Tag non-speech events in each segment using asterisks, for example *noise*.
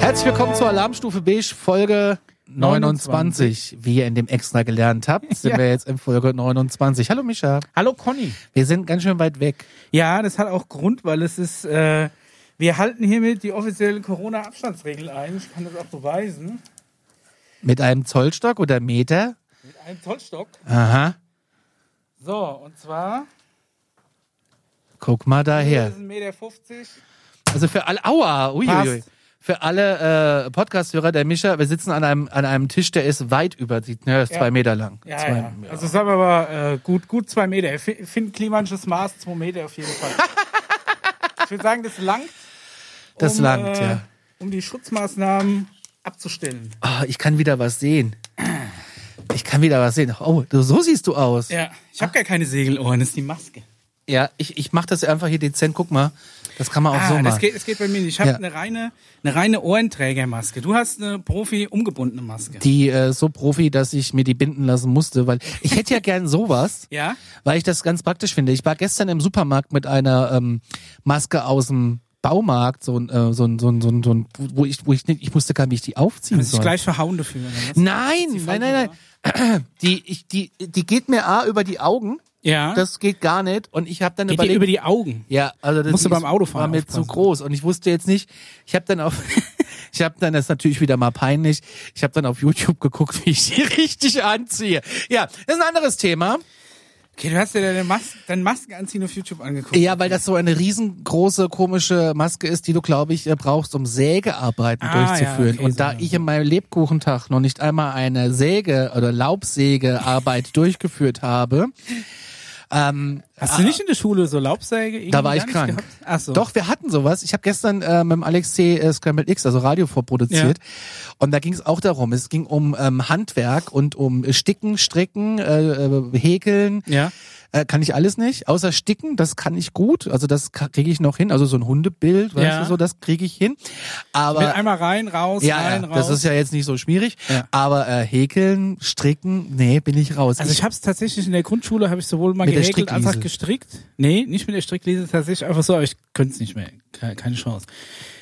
Herzlich willkommen zur Alarmstufe Beige Folge 29. Wie ihr in dem extra gelernt *laughs* habt, sind Ja. wir jetzt in Folge 29. Hallo Mischa. Hallo Conny. Wir sind ganz schön weit weg. Ja, das hat auch Grund, weil es ist, äh, wir halten hiermit die offiziellen Corona-Abstandsregeln ein. Ich kann das auch beweisen. Mit einem Zollstock oder Meter? Mit einem Zollstock. Aha. So, und zwar, Guck mal hier daher. ist 1,50 Meter. Also für alle, aua, uiuiui. Passt. Für alle äh, Podcast-Hörer, der Mischa, wir sitzen an einem, an einem Tisch, der ist weit über, die- ne, ist Ja. zwei Meter lang. Ja, zwei, ja. Also sagen wir mal, äh, gut, gut zwei Meter. Ich fi- Finde klimansches Maß zwei Meter auf *laughs* jeden Fall. ich würde sagen, das langt. Das langt, ja. Um die Schutzmaßnahmen abzustellen. Ah, ich kann wieder was sehen. Ich kann wieder was sehen. Oh, du, so siehst du aus. Ja, ich habe gar keine Segelohren, das ist die Maske. Ja, ich, ich mach das einfach hier dezent. Guck mal, das kann man auch Ah, so das machen. geht, das geht bei mir nicht. Ich habe Ja. eine reine, eine reine Ohrenträgermaske. Du hast eine Profi umgebundene Maske. Die äh, so Profi, dass ich mir die binden lassen musste, weil ich *laughs* hätte ja gern sowas, Ja? weil ich das ganz praktisch finde. Ich war gestern im Supermarkt mit einer ähm, Maske aus dem Baumarkt, so ein, äh, so ein, so ein, so ein, so ein wo ich, wo ich nicht, ich wusste gar nicht, wie ich die aufziehen Muss ich soll. gleich verhauen dafür. Oder was? Nein, nein, nein, nein. Die, ich, die, die geht mir A über die Augen. Ja. Das Das geht gar nicht. Und ich habe dann geht dir überlegt, über die Augen. Ja, also das Musst du ist- beim Autofahren war mir zu aufpassen. groß und ich wusste jetzt nicht. Ich habe dann auf, *laughs* ich habe dann das ist natürlich wieder mal peinlich. Ich habe dann auf YouTube geguckt, wie ich die *laughs* richtig anziehe. Ja, das ist ein anderes Thema. Okay, du hast dir deine Mas dein Maskenanziehen auf YouTube angeguckt. Ja, weil das so eine riesengroße komische Maske ist, die du glaube ich äh, brauchst, um Sägearbeiten Ah, durchzuführen. ja, okay, und da so, ja. ich in meinem Lebkuchentag noch nicht einmal eine Säge oder *laughs* Laubsägearbeit durchgeführt habe, Hast du nicht in der Schule so Laubsäge? irgendwie Da war ich gar nicht krank. gehabt? Ach so. Doch, wir hatten sowas. Ich habe gestern äh, mit dem Alex C. Äh, Scrambled X, also Radio vorproduziert. Und da ging es auch darum. Es ging um ähm, Handwerk und um Sticken, Stricken, äh, äh, Häkeln. Ja. Äh, kann ich alles nicht, außer Sticken, das kann ich gut. Also das kriege ich noch hin. Also so ein Hundebild, weißt Ja. du so, das kriege ich hin. Mit Aber einmal rein, raus, ja, rein, ja, raus. das ist ja jetzt nicht so schwierig. Ja. Aber äh, Häkeln, Stricken, nee, bin ich raus. Also ich habe es tatsächlich in der Grundschule, habe ich sowohl mal Mit der gehäkelt als auch Strickliesel. gestrickt. Nee, nicht mit der Stricklese, tatsächlich einfach so, aber ich könnte es nicht mehr. Ke- Keine Chance.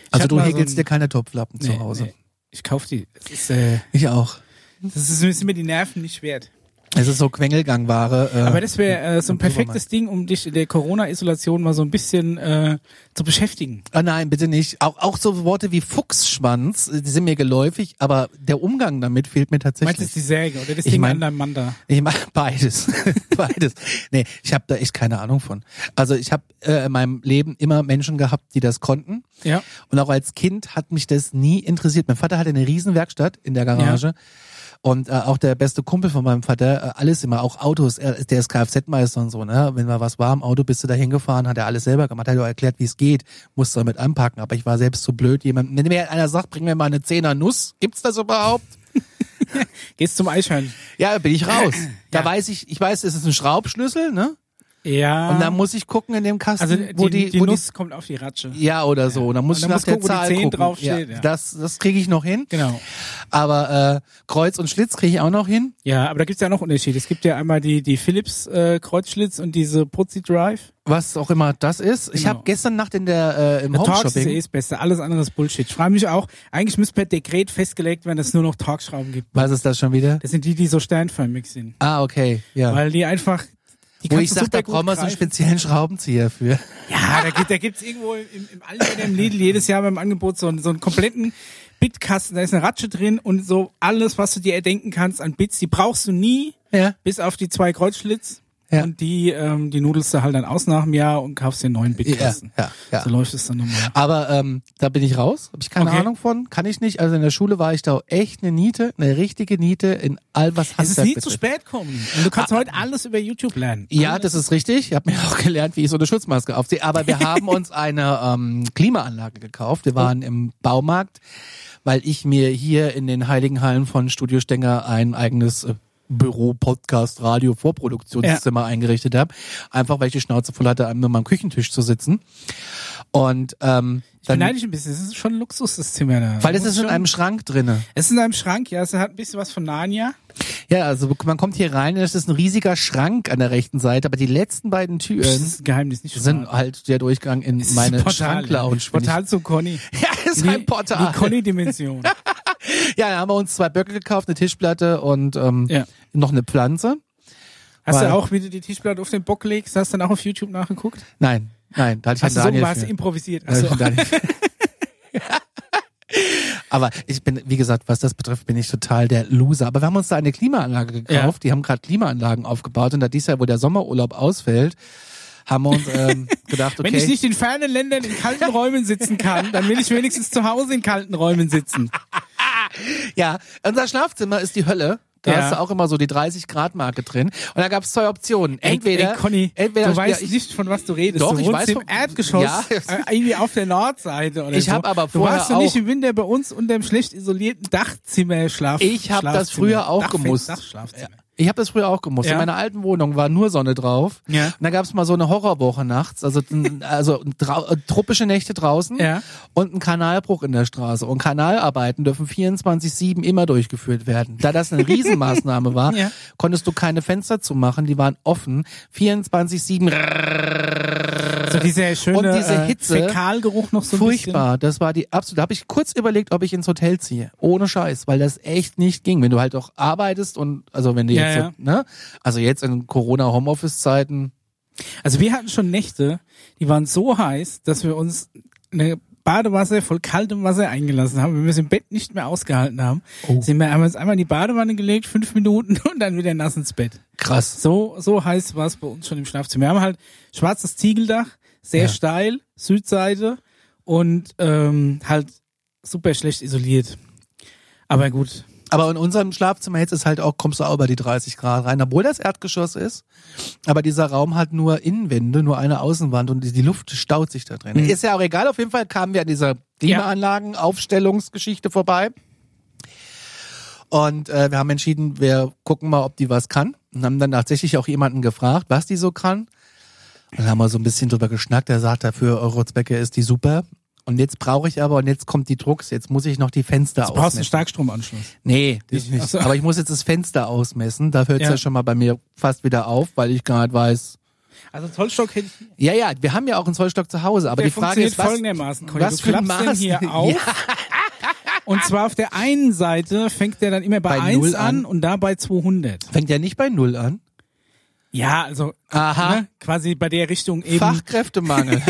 Ich also hab du mal so häkelst ein- dir keine Topflappen zu Nee, Hause. nee. Ich kauf die. Das ist, äh, Ich auch. das ist, das sind mir die Nerven nicht wert. Es ist so Quengelgangware. Äh, Aber das wäre äh, so ein im Supermarkt. perfektes Ding, um dich in der Corona-Isolation mal so ein bisschen äh, zu beschäftigen. Ah, nein, bitte nicht. Auch, auch so Worte wie Fuchsschwanz, äh, die sind mir geläufig, aber der Umgang damit fehlt mir Meinst du, das tatsächlich. ist die Säge oder das Ich Ding mein- an deinem Mann da? Ich mache beides. *laughs* beides. Nee, ich habe da echt keine Ahnung von. Also ich habe äh, in meinem Leben immer Menschen gehabt, die das konnten. Ja. Und auch als Kind hat mich das nie interessiert. Mein Vater hatte eine riesen Werkstatt in der Garage. Und äh, auch der beste Kumpel von meinem Vater, äh, alles immer, auch Autos, er, ist- der ist Kfz-Meister und so, ne? Wenn mal was war im Auto, bist du da hingefahren, hat er alles selber gemacht, hat er auch erklärt, wie es geht, musst du damit anpacken. Aber ich war selbst zu blöd, jemand, wenn mir einer sagt, bring mir mal eine Zehner Nuss, gibt's das überhaupt? Gehst zum Eichhörnchen. Ja, bin ich *clears throat* raus. Da Ja. weiß ich, ich weiß, es ist ein Schraubschlüssel, ne? Ja. Und dann muss ich gucken in dem Kasten, also die, wo die, die wo Nuss kommt auf die Ratsche. die, ja oder so. Und dann muss Und dann ich nach der musst gucken, wo die Zahl 10 gucken. draufsteht, ja, ja. Das, das kriege ich noch hin. Genau. Aber äh, Kreuz und Schlitz kriege ich auch noch hin. Ja, aber da gibt's ja noch Unterschiede. Es gibt ja einmal die, die Philips äh, Kreuzschlitz und diese Putzi Drive. was auch immer das ist. Ich Genau. habe gestern Nacht in der äh, im Der Torx ist ja eh Homeshopping, das Beste. Alles andere ist Bullshit. Ich frage mich auch, eigentlich müsste per Dekret festgelegt werden, dass es nur noch Torx-Schrauben gibt. was ist das schon wieder? Das sind die, die so sternförmig sind. Ah, okay, ja. Weil die einfach. Die Wo ich kannst du sag, da supergut brauchen wir so einen greifen. speziellen Schraubenzieher für. *laughs* Ja, da gibt da gibt's irgendwo im, im, im Aldi oder im Lidl jedes Jahr beim Angebot so einen, so einen kompletten Bitkasten. Da ist eine Ratsche drin und so alles, was du dir erdenken kannst an Bits, die brauchst du nie, Ja. bis auf die zwei Kreuzschlitz. Ja. Und die, ähm, die nudelst du halt dann aus nach einem Jahr und kaufst dir einen neuen Ja, Bitkasten. ja, ja. So läuft es dann Also nochmal. Aber ähm, da bin ich raus, habe ich keine Okay. Ahnung von, kann ich nicht. Also in der Schule war ich da echt eine Niete, eine richtige Niete in all was Also Es ist Handwerk nie zu betrifft. spät kommen. Und du kannst heute alles über YouTube lernen. Ah. Also Ja, das ist richtig. Ich habe mir *laughs* auch gelernt, wie ich so eine Schutzmaske aufziehe. Aber wir haben uns *laughs* eine ähm, Klimaanlage gekauft. Wir Oh. waren im Baumarkt, weil ich mir hier in den Heiligen Hallen von Studio Stenger ein eigenes äh, Büro, Podcast, Radio, Vorproduktionszimmer eingerichtet habe. Einfach weil ich die Schnauze voll hatte, an meinem Küchentisch zu sitzen. Und ähm, Ich dann, beneide dich ein bisschen. Es ist schon ein Luxus, das Zimmer da. weil es Muss ist in schon- einem Schrank drinne. Es ist in einem Schrank, ja. Es hat ein bisschen was von Narnia. Ja, also man kommt hier rein, es ist ein riesiger Schrank an der rechten Seite, aber die letzten beiden Das Türen ist ein Geheimnis, nicht Ähm, sind verraten. halt der Durchgang in Es ist meine ein Portal, Schranklounge. ja. wenn ich- Portal zu Conny. *laughs* Ja, es *laughs* ist Die- ein Portal. Die *laughs* Conny-Dimension. *laughs* Ja, da haben wir uns zwei Böcke gekauft, eine Tischplatte und ähm, Ja. noch eine Pflanze. Hast Weil- du auch, wie du die Tischplatte auf den Bock legst, hast du dann auch auf YouTube nachgeguckt? Nein, nein, da hatte ich Hast du einen so Daniel was für. improvisiert? Also, Da hatte ich Achso. einen Daniel für. *laughs* Aber ich bin, wie gesagt, was das betrifft, bin ich total der Loser. Aber wir haben uns da eine Klimaanlage gekauft. Die haben gerade Klimaanlagen aufgebaut und da dies Jahr, wo der Sommerurlaub ausfällt, haben wir uns *laughs* ähm, gedacht, okay, Wenn ich nicht in fernen Ländern in kalten Räumen sitzen kann, dann will ich wenigstens zu Hause in kalten Räumen sitzen. ja, unser Schlafzimmer ist die Hölle. Da Ja. hast du auch immer so die 30 Grad Marke drin. Und da gab es zwei Optionen. Entweder, ey, Conny, entweder du weißt ja, ich- nicht, von was du redest. Doch, du ich wohnst weiß im von- Erdgeschoss, Ja. äh, irgendwie auf der Nordseite oder Ich so. hab aber du vorher warst doch nicht auch- im Winter bei uns unterm schlecht isolierten Dachzimmer schlafen. Ich hab das früher auch gemusst. Dachschlafzimmer. Ich habe das früher auch gemusst. Ja. In meiner alten Wohnung war nur Sonne drauf. Ja. Und da gab es mal so eine Horrorwoche nachts, also also drau- äh, tropische Nächte draußen Ja. und ein Kanalbruch in der Straße. Und Kanalarbeiten dürfen 24/7 immer durchgeführt werden. Da das *laughs* eine Riesenmaßnahme war, Ja. konntest du keine Fenster zumachen, die waren offen. 24/7 So dieser schöne Äh, Und diese Hitze, äh, Fäkalgeruch noch so ein Furchtbar, das war die absolute. Da habe ich kurz überlegt, ob ich ins Hotel ziehe. Ohne Scheiß, weil das echt nicht ging. Wenn du halt auch arbeitest und also wenn du Ja, jetzt, ja. So, ne? Also jetzt in Corona-Homeoffice-Zeiten. bisschen. Also wir hatten schon Nächte, die waren so heiß, dass wir uns eine Badewasser voll kaltem Wasser eingelassen haben, wenn wir es im Bett nicht mehr ausgehalten haben, Oh. sind wir haben wir uns einmal in die Badewanne gelegt, fünf Minuten *laughs* und dann wieder nass ins Bett. Krass. So, so heiß war es bei uns schon im Schlafzimmer. Wir haben halt schwarzes Ziegeldach, sehr Ja. steil, Südseite und ähm, halt super schlecht isoliert. Aber gut, Aber in unserem Schlafzimmer jetzt ist halt auch, kommst du auch über die 30 Grad rein, obwohl das Erdgeschoss ist. Aber dieser Raum hat nur Innenwände, nur eine Außenwand und die- die Luft staut sich da drin. Mhm. Ist ja auch egal, auf jeden Fall kamen wir an dieser Klimaanlagen-Aufstellungsgeschichte vorbei. Und äh, wir haben entschieden, wir gucken mal, ob die was kann. Und haben dann tatsächlich auch jemanden gefragt, was die so kann. Und dann haben wir so ein bisschen drüber geschnackt. Er sagt, dafür eure Zwecke ist die super. Und jetzt brauche ich aber, und jetzt kommt die Drucks, jetzt muss ich noch die Fenster du brauchst einen ausmessen. Starkstromanschluss. Nee, das Nicht? nicht. Ach so. Aber ich muss jetzt das Fenster ausmessen. Da hört es ja. Ja. schon mal bei mir fast wieder auf, weil ich gar nicht weiß. Also Zollstock hätte ich. Ja, ja, wir haben ja auch einen Zollstock zu Hause, aber Der die Frage funktioniert ist, was, folgendermaßen. Conny. was du für ein klappst den Maß *laughs* hier auf. Und zwar auf der einen Seite fängt der dann immer bei, Bei 1 null an, an. und da bei 200. Fängt ja nicht bei Null an. Ja, also Aha. ne, quasi bei der Richtung eben. *laughs* Fachkräftemangel.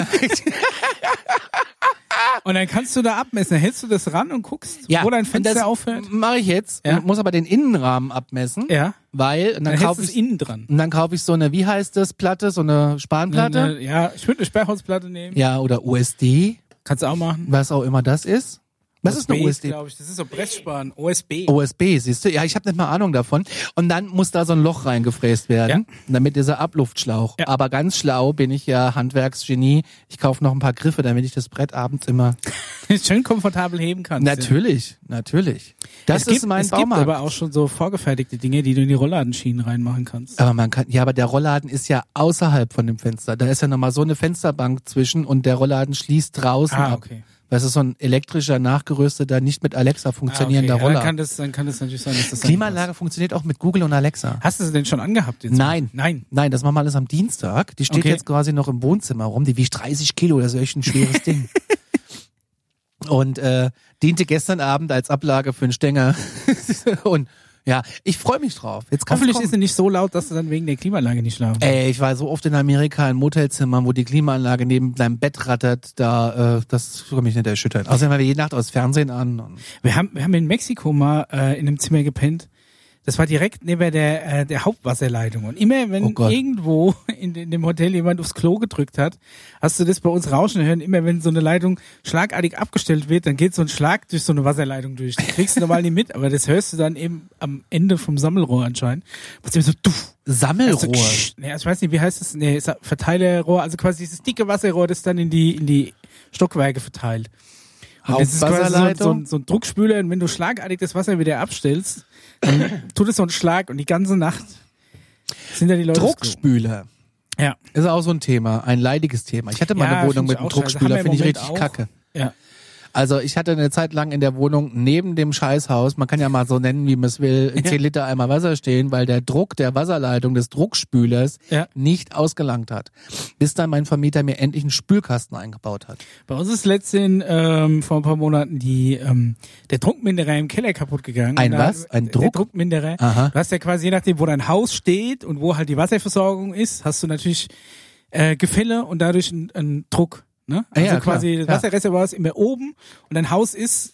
Und dann kannst du da abmessen. Dann hältst du das ran und guckst, wo dein Fenster aufhört. Mache ich jetzt. Ja. Muss aber den Innenrahmen abmessen, Ja. weil und Dann, dann, hältst kauf du es ich innen dran. und dann kaufe ich so eine, wie heißt das, Platte, so eine Spanplatte. Eine- äh, Ja, ich würde eine Sperrholzplatte nehmen. Ja, oder USD, Kannst du auch machen. was auch immer das ist. Was ist eine USD? Glaub ich. Das ist so Pressspan, OSB. OSB, siehst du? Ja, ich habe nicht mal Ahnung davon. Und dann muss da so ein Loch reingefräst werden, damit dieser Abluftschlauch. Ja. Aber ganz schlau bin ich ja Handwerksgenie. Ich kaufe noch ein paar Griffe, damit ich das Brett abends immer. *laughs* Schön komfortabel heben kannst. ja. Natürlich, natürlich. Das es ist gibt, mein es gibt Baumarkt. aber auch schon so vorgefertigte Dinge, die du in die Rollladenschienen reinmachen kannst. aber man kann, ja, aber der Rollladen ist ja außerhalb von dem Fenster. Da ist ja nochmal so eine Fensterbank zwischen und der Rollladen schließt draußen Ah, ab. okay. Das ist so ein elektrischer, nachgerüsterter, nicht mit Alexa funktionierender Ah, okay. Ja, Dann Roller. kann das, dann kann das natürlich sein, dass das dann Klimaanlage funktioniert auch mit Google und Alexa. passt. Hast du sie denn schon angehabt jetzt? Nein. Nein. Nein, das machen wir alles am Dienstag. Die steht Okay. jetzt quasi noch im Wohnzimmer rum. Die wiegt 30 Kilo, das ist echt ein *laughs* schweres Ding. Und äh, diente gestern Abend als Ablage für einen Stänger. *laughs* Und ja, ich freue mich drauf. Jetzt kann's Hoffentlich kommen. ist sie nicht so laut, dass du dann wegen der Klimaanlage nicht schlafen kannst. Ey, ich war so oft in Amerika in Motelzimmern, wo die Klimaanlage neben deinem Bett rattert, da äh, das kann mich nicht erschüttern. Außerdem haben wir jede Nacht aus Fernsehen an. Und Wir haben, wir haben in Mexiko mal äh, in einem Zimmer gepennt. Das war direkt neben der, äh, der Hauptwasserleitung. Und immer Oh wenn Gott. irgendwo in, in dem Hotel jemand aufs Klo gedrückt hat, hast du das bei uns rauschen hören. Immer wenn so eine Leitung schlagartig abgestellt wird, dann geht so ein Schlag durch so eine Wasserleitung durch. Das kriegst du normal nicht mit, aber das hörst du dann eben am Ende vom Sammelrohr anscheinend. Was eben so, tuff, also, Sammelrohr. ksch, nee, also ich weiß nicht, wie heißt das? Nee, ist das Verteilerrohr, also quasi dieses dicke Wasserrohr, das dann in die, in die Stockwerke verteilt. Und das ist quasi so, ein- so, Hauptwasserleitung? ein- so ein Druckspüler und wenn du schlagartig das Wasser wieder abstellst, Dann tut es so einen Schlag und die ganze Nacht sind ja die Leute. Druckspüle. Ja. Ist auch so ein Thema, ein leidiges Thema. Ich hatte mal Ja, eine Wohnung find ich mit einem auch scheiße. Druckspüler, Haben wir finde im ich Moment richtig auch. kacke. Ja. Also ich hatte eine Zeit lang in der Wohnung neben dem Scheißhaus, man kann ja mal so nennen, wie man es will, 10 Liter Eimer Wasser stehen, weil der Druck der Wasserleitung des Druckspülers Ja. nicht ausgelangt hat. Bis dann mein Vermieter mir endlich einen Spülkasten eingebaut hat. Bei uns ist letztens ähm, vor ein paar Monaten die ähm, der Druckminderer im Keller kaputt gegangen. Ein Da- was? Ein Der Druck? Druckminderer. Aha. Du hast ja quasi, je nachdem, wo dein Haus steht und wo halt die Wasserversorgung ist, hast du natürlich äh, Gefälle und dadurch einen- einen Druck. Ne? Ah ja, Also klar. quasi das Ja. Wasserreservoir ist immer oben und dein Haus ist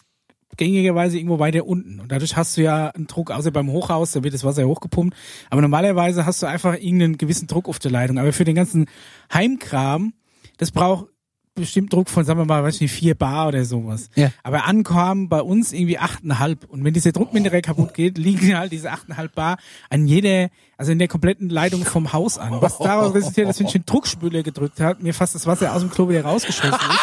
gängigerweise irgendwo weiter unten. Und dadurch hast du ja einen Druck, außer beim Hochhaus, da wird das Wasser hochgepumpt. Aber normalerweise hast du einfach irgendeinen gewissen Druck auf der Leitung. Aber für den ganzen Heimkram, das braucht bestimmt Druck von, sagen wir mal, weiß ich nicht, 4 Bar oder sowas. Ja. Aber ankamen bei uns irgendwie 8,5. Und wenn diese Druckminderer kaputt geht, *laughs* liegen halt diese 8,5 Bar an jeder, also in der kompletten Leitung vom Haus an. Was daraus resultiert, dass wenn ich den Druckspüler gedrückt habe, mir fast das Wasser aus dem Klo wieder rausgeschossen ist.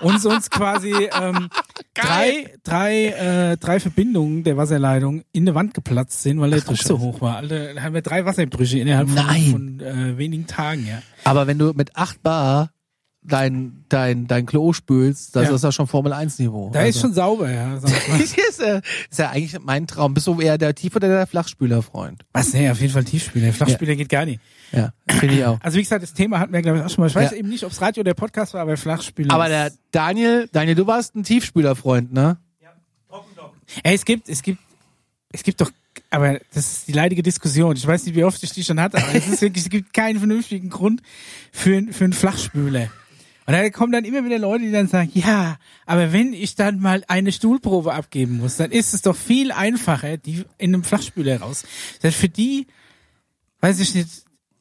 Und es uns quasi ähm, drei, drei, äh, drei Verbindungen der Wasserleitung in die Wand geplatzt sind, weil der Druck so hoch war. Alter, da haben wir drei Wasserbrüche innerhalb von, Nein. von äh, wenigen Tagen, ja. Aber wenn du mit 8 Bar dein, dein, dein Klo spülst, das Ja. ist ja schon Formel 1 Niveau. Also. Da ist schon sauber, ja. Sag ich *laughs* mal. Das ist, ja, ist ja eigentlich mein Traum. Bist du eher der Tief- oder der Flachspülerfreund? Was? Nee, auf jeden Fall Tiefspieler. Flachspieler geht gar nicht. Ja, finde ich auch. Also wie gesagt, das Thema hatten wir, glaube ich, auch schon mal. Ich weiß Ja. eben nicht, ob es Radio oder Podcast war, aber Flachspieler. Aber der Daniel, Daniel, du warst ein Tiefspülerfreund, ne? Ey, es gibt, es gibt, es gibt doch, aber das ist die leidige Diskussion. Ich weiß nicht, wie oft ich die schon hatte, aber es ist wirklich, es gibt keinen vernünftigen Grund für, ein- für einen Flachspüler. Und da kommen dann immer wieder Leute, die dann sagen, ja, aber wenn ich dann mal eine Stuhlprobe abgeben muss, dann ist es doch viel einfacher, die in einem Flachspüler raus. Das für die, weiß ich nicht,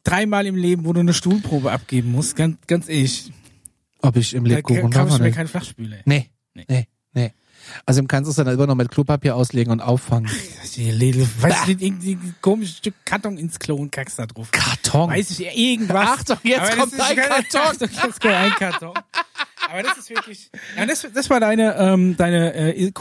dreimal im Leben, wo du eine Stuhlprobe abgeben musst, ganz, ganz ehrlich, Ob ich im da Lebkuchen Äh, kann ich mir kann? keinen Flachspüler. Nee. Nee. Nee. Nee. Also im kannst du es dann immer noch mit Klopapier auslegen und *laughs* auffangen. Lidl, weißt du, irgendwie komisches Stück Karton ins Klo und kackst da drauf. Karton. Weiß ich, irgendwas. Achtung, jetzt das kommt ist ein keine- Karton. Achtung, *laughs* jetzt kommt ein Karton. Aber das ist wirklich, ja, das, das war deine, ähm, deine äh,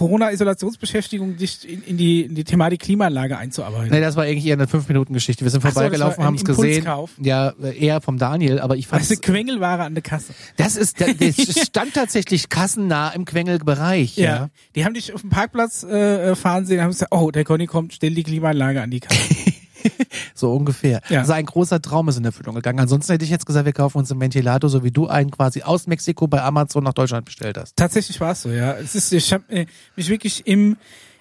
Corona-Isolationsbeschäftigung, dich in, in, die, in die Thematik Klimaanlage einzuarbeiten. Nee, das war eigentlich eher eine 5-Minuten-Geschichte. Wir sind Ach so, das vorbeigelaufen, war ein Also haben es gesehen. Impulskauf. Ja, äh, eher vom Daniel, aber ich fand *laughs* Weißt du, Quengelware an der Kasse. das ist, das, das stand tatsächlich kassennah im Quengelbereich. Ja. Die haben dich auf dem Parkplatz äh, fahren sehen, haben gesagt, oh, der Conny kommt, stell die Klimaanlage an die Kasse. So ungefähr. Ja. Sein großer Traum ist in Erfüllung gegangen. Ansonsten hätte ich jetzt gesagt, wir kaufen uns einen Ventilator, so wie du einen quasi aus Mexiko bei Amazon nach Deutschland bestellt hast. Tatsächlich war es so, ja. Es ist, ich habe äh, mich wirklich im,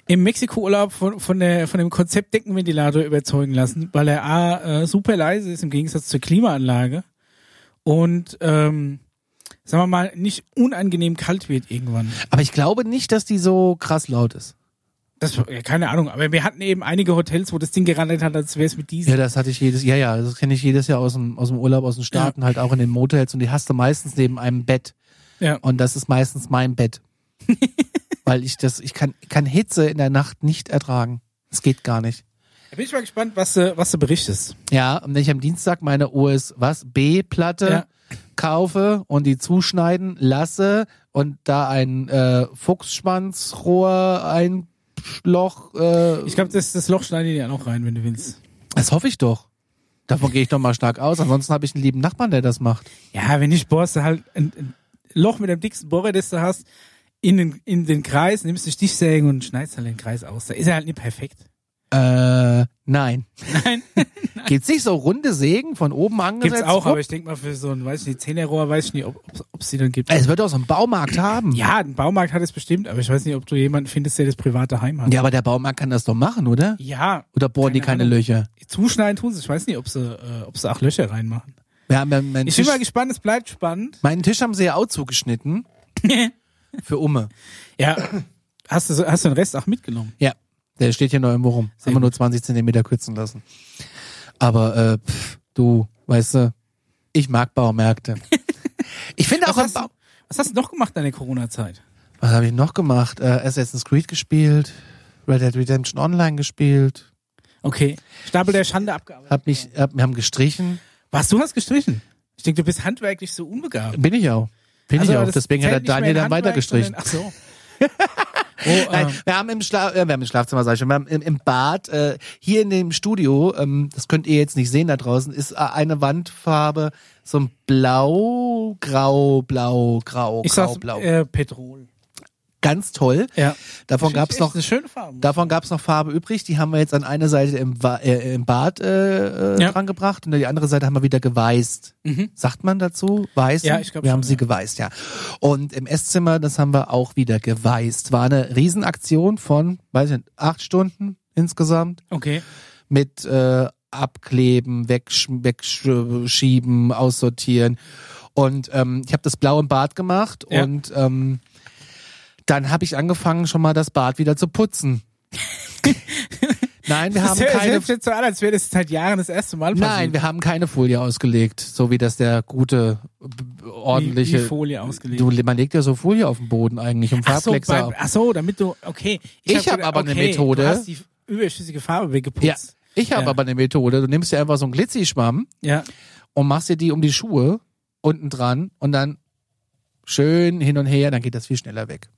im Mexiko-Urlaub von, von, der, von dem Konzept Deckenventilator überzeugen lassen, weil er A, äh, super leise ist im Gegensatz zur Klimaanlage und, ähm, sagen wir mal, nicht unangenehm kalt wird irgendwann. Aber ich glaube nicht, dass die so krass laut ist. Das, ja, keine Ahnung, aber wir hatten eben einige Hotels, wo das Ding gerannt hat, als wäre es mit Ja, diesem. das hatte ich jedes, ja, ja, das kenne ich jedes Jahr aus dem, aus dem Urlaub, aus den Staaten, halt auch in den Motels und die hast du meistens neben einem Bett. Ja. Und das ist meistens mein *laughs* Bett. Weil ich das, ich kann, kann Hitze in der Nacht nicht ertragen. Es geht gar nicht. Da bin ich mal gespannt, was du, was du berichtest. Ja, und wenn ich am Dienstag meine OS, was, B-Platte Ja. kaufe und die zuschneiden lasse und da ein äh, Fuchsschwanzrohr, ein Loch, äh, Ich glaube, das, das Loch schneide ich dir auch rein, wenn du willst. das hoffe ich doch. Davon gehe ich doch mal stark aus. Ansonsten habe ich einen lieben Nachbarn, der das macht. Ja, wenn nicht bohrst du halt ein, ein Loch mit dem dicksten Bohrer, das du hast, in den, in den Kreis, nimmst du Stichsägen und schneidest halt den Kreis aus. Da ist er halt nicht perfekt. Äh, *laughs* nein. Nein. Gibt's nicht so runde Sägen von oben angesetzt? Gibt's auch, Rupp? aber ich denk mal für so ein, weiß ich nicht, Zehnerrohr, weiß ich nicht, ob ob's- ob's die dann gibt. es wird doch so einen Baumarkt haben. ja, ein Baumarkt hat es bestimmt, aber ich weiß nicht, ob du jemanden findest, der das private Heim hat. Ja, aber der Baumarkt kann das doch machen, oder? Ja, Oder bohren die Keine keine Ahnung. Löcher? zuschneiden tun sie. Ich weiß nicht, ob sie, äh, ob sie acht Löcher reinmachen. Wir haben ja meinen, Ich Tisch, bin mal gespannt, es bleibt spannend. meinen Tisch haben sie ja auch *laughs* zugeschnitten. Für Umme. Ja. *clears throat* Hast du, so- hast du den Rest auch mitgenommen? Ja. Der steht hier noch irgendwo rum. Sehr Haben wir nur 20 Zentimeter kürzen lassen. Aber äh, pff, du, weißt du, ich mag *laughs* Baumärkte. ich finde auch Was am hast, du, Bau. was hast du noch gemacht in der Corona-Zeit? Was habe ich noch gemacht? Äh, Assassin's Creed gespielt, Red Dead Redemption Online gespielt. Okay. Stapel der Schande abgearbeitet. Hab mich, hab, wir haben gestrichen. Was, du hast gestrichen? Ich denke, du bist handwerklich so unbegabt. Bin ich auch. Bin Also, ich auch. das Deswegen hat der zählt nicht mehr Daniel in dann Handwerk, weitergestrichen. sondern- Ach so. *laughs* Oh, Nein, ähm. wir haben im, Schla äh, wir haben im Schlafzimmer, sag ich schon, wir haben im, im Bad, äh, hier in dem Studio, ähm, das könnt ihr jetzt nicht sehen da draußen, ist äh, eine Wandfarbe so ein blau, grau, blau, grau, Ich grau, sag's, blau. äh, Petrol. Ganz toll. Ja. Davon gab's Echt noch eine schöne Farbe. Davon gab es noch Farbe übrig, die haben wir jetzt an eine Seite im, Wa äh, im Bad äh, äh, Ja. Mhm. drangebracht und an die andere Seite haben wir wieder geweißt. Sagt man dazu? Weiß? Ja, ich glaub Wir schon, haben sie ja. geweißt, ja. Und im Esszimmer, das haben wir auch wieder geweißt. War eine Riesenaktion von, weiß ich nicht, acht Stunden insgesamt okay. mit äh, Abkleben, wegsch wegschieben, aussortieren. Und ähm, ich habe das blau im Bad gemacht Ja. und ähm, dann habe ich angefangen, schon mal das Bad wieder zu putzen. *laughs* Nein, wir haben das keine. hilft jetzt so an, als wäre das seit Jahren das erste Mal Nein, wir haben keine Folie ausgelegt, so wie das der gute, b- b- ordentliche. Wie- wie Folie ausgelegt? Du, man legt ja so Folie auf den Boden eigentlich, um Ach so, Farbplexe beim- ab- ach so, damit du, okay. Ich hab hab gedacht, aber eine okay, Methode. Du hast die überschüssige Farbe weggeputzt. Ja, ich habe Ja. aber eine Methode. Du nimmst dir einfach so einen Glitzischwamm Ja. und machst dir die um die Schuhe unten dran und dann schön hin und her, dann geht das viel schneller weg.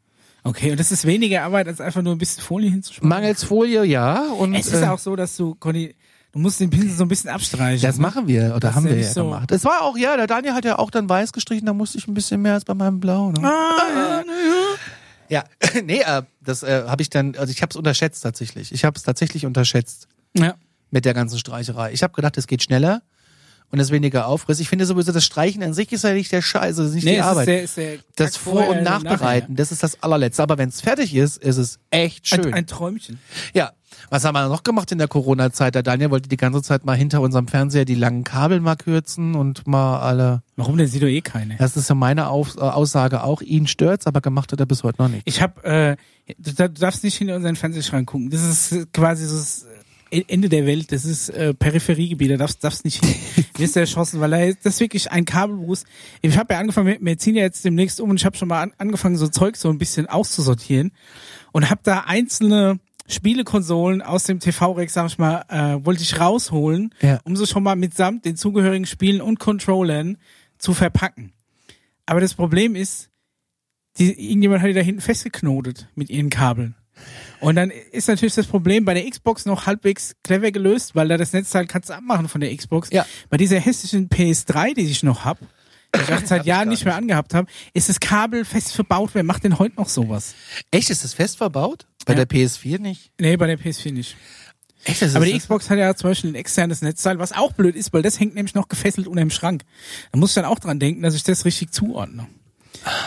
Okay, und das ist weniger Arbeit, als einfach nur ein bisschen Folie hinzuschmeißen. Mangels Folie, ja. Und Es ist äh, auch so, dass du, Conny, du musst den Pinsel so ein bisschen abstreichen. das machen wir oder ist haben ja wir nicht ja so. gemacht. Es war auch, ja, der Daniel hat ja auch dann weiß gestrichen, da musste ich ein bisschen mehr als bei meinem Blau. Ne? Ah, Ja, *laughs* nee, äh, das äh, habe ich dann, also ich habe es unterschätzt tatsächlich. Ich habe es tatsächlich unterschätzt ja. ja. mit der ganzen Streicherei. Ich habe gedacht, es geht schneller und es ist weniger Aufriss. Ich finde sowieso, das Streichen an sich ist ja nicht der Scheiße, das ist nicht Nee, die es ist Arbeit. der, ist der das Kack Vor- und vorher also Nachbereiten, das ist das allerletzte. Aber wenn es fertig ist, ist es echt nachher. schön. Ein, ein Träumchen. Ja, was haben wir noch gemacht in der Corona-Zeit? Der Daniel wollte die ganze Zeit mal hinter unserem Fernseher die langen Kabel mal kürzen und mal alle. Warum denn sieht doch eh keine? Das ist ja meine Auf äh, Aussage auch. Ihn stört's, aber gemacht hat er bis heute noch nicht. Ich habe, äh, du, da- du darfst nicht hinter unseren Fernsehschrank gucken. Das ist äh, quasi so das äh, Ende der Welt. Das ist äh, Peripheriegebiet. Da darfst, darfst nicht hin. Mir ist der erschossen, weil er, das ist wirklich ein Kabelbruch. Ich habe ja angefangen, wir, wir ziehen ja jetzt demnächst um und ich habe schon mal an, angefangen, so Zeug so ein bisschen auszusortieren und habe da einzelne Spielekonsolen aus dem TV-Rex, sag ich mal, äh, wollte ich rausholen, Ja. um sie schon mal mitsamt den zugehörigen Spielen und Controllern zu verpacken. Aber das Problem ist, die, irgendjemand hat die da hinten festgeknotet mit ihren Kabeln. Und dann ist natürlich das Problem bei der Xbox noch halbwegs clever gelöst, weil da das Netzteil kannst du abmachen von der Xbox. Ja. Bei dieser hässlichen PS3, die ich noch hab, *laughs* die ich auch seit gar Jahren nicht mehr angehabt habe, ist das Kabel fest verbaut. Wer macht denn heute noch sowas? Echt, ist das fest verbaut? Bei Ja. der PS4 nicht? Nee, bei der PS4 nicht. Echt, das Aber ist die Xbox hat ja zum Beispiel ein externes Netzteil, was auch blöd ist, weil das hängt nämlich noch gefesselt unter dem Schrank. Da muss ich dann auch dran denken, dass ich das richtig zuordne.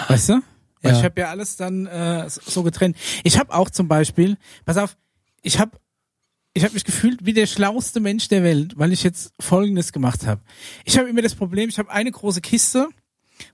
Weißt du? Weil Ja. ich habe ja alles dann äh, so getrennt. Ich habe auch zum Beispiel, pass auf, ich habe ich habe mich gefühlt wie der schlauste Mensch der Welt, weil ich jetzt Folgendes gemacht habe. Ich habe immer das Problem, ich habe eine große Kiste,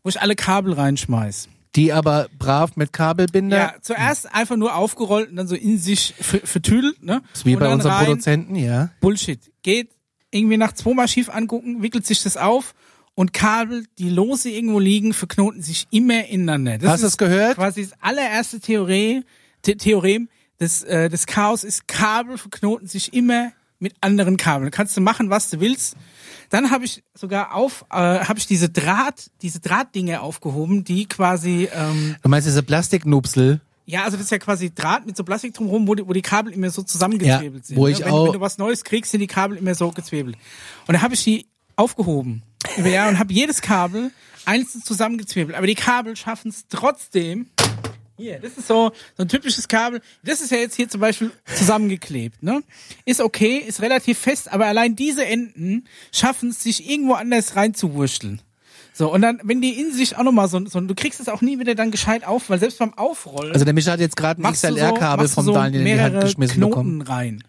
wo ich alle Kabel reinschmeiß. die aber brav mit Kabelbinder. Ja, zuerst einfach nur aufgerollt und dann so in sich ver- vertüdelt, ne? Ist Wie und bei dann unserem rein. Produzenten, ja. Bullshit. Geht irgendwie nach zweimal schief angucken, wickelt sich das auf und Kabel, die lose irgendwo liegen, verknoten sich immer ineinander. Das Hast du es gehört? quasi das allererste Theorie, The Theorem des, äh, des Chaos ist, Kabel verknoten sich immer mit anderen Kabeln. Kannst du machen, was du willst. Dann habe ich sogar auf, äh, habe ich diese Draht, diese Drahtdinge aufgehoben, die quasi ähm, Du meinst diese Plastiknupsel? ja, also das ist ja quasi Draht mit so Plastik drumherum, wo die, wo die Kabel immer so zusammengezwebelt Ja, sind. wo ne? ich wenn, auch- wenn du was Neues kriegst, sind die Kabel immer so gezwebelt. Und da habe ich die aufgehoben über Jahre und habe jedes Kabel einzeln zusammengezwebelt. Aber die Kabel schaffen es trotzdem. Hier, das ist so, so ein typisches Kabel. Das ist ja jetzt hier zum Beispiel zusammengeklebt. Ne? Ist okay, ist relativ fest, aber allein diese Enden schaffen es, sich irgendwo anders reinzuwursteln. So, und dann, wenn die in sich auch nochmal so, so, du kriegst es auch nie wieder dann gescheit auf, weil selbst beim Aufrollen Also der Micha hat jetzt gerade ein machst du so, XLR-Kabel machst du vom so Daniel in die Hand mehrere geschmissen Knoten bekommen. rein.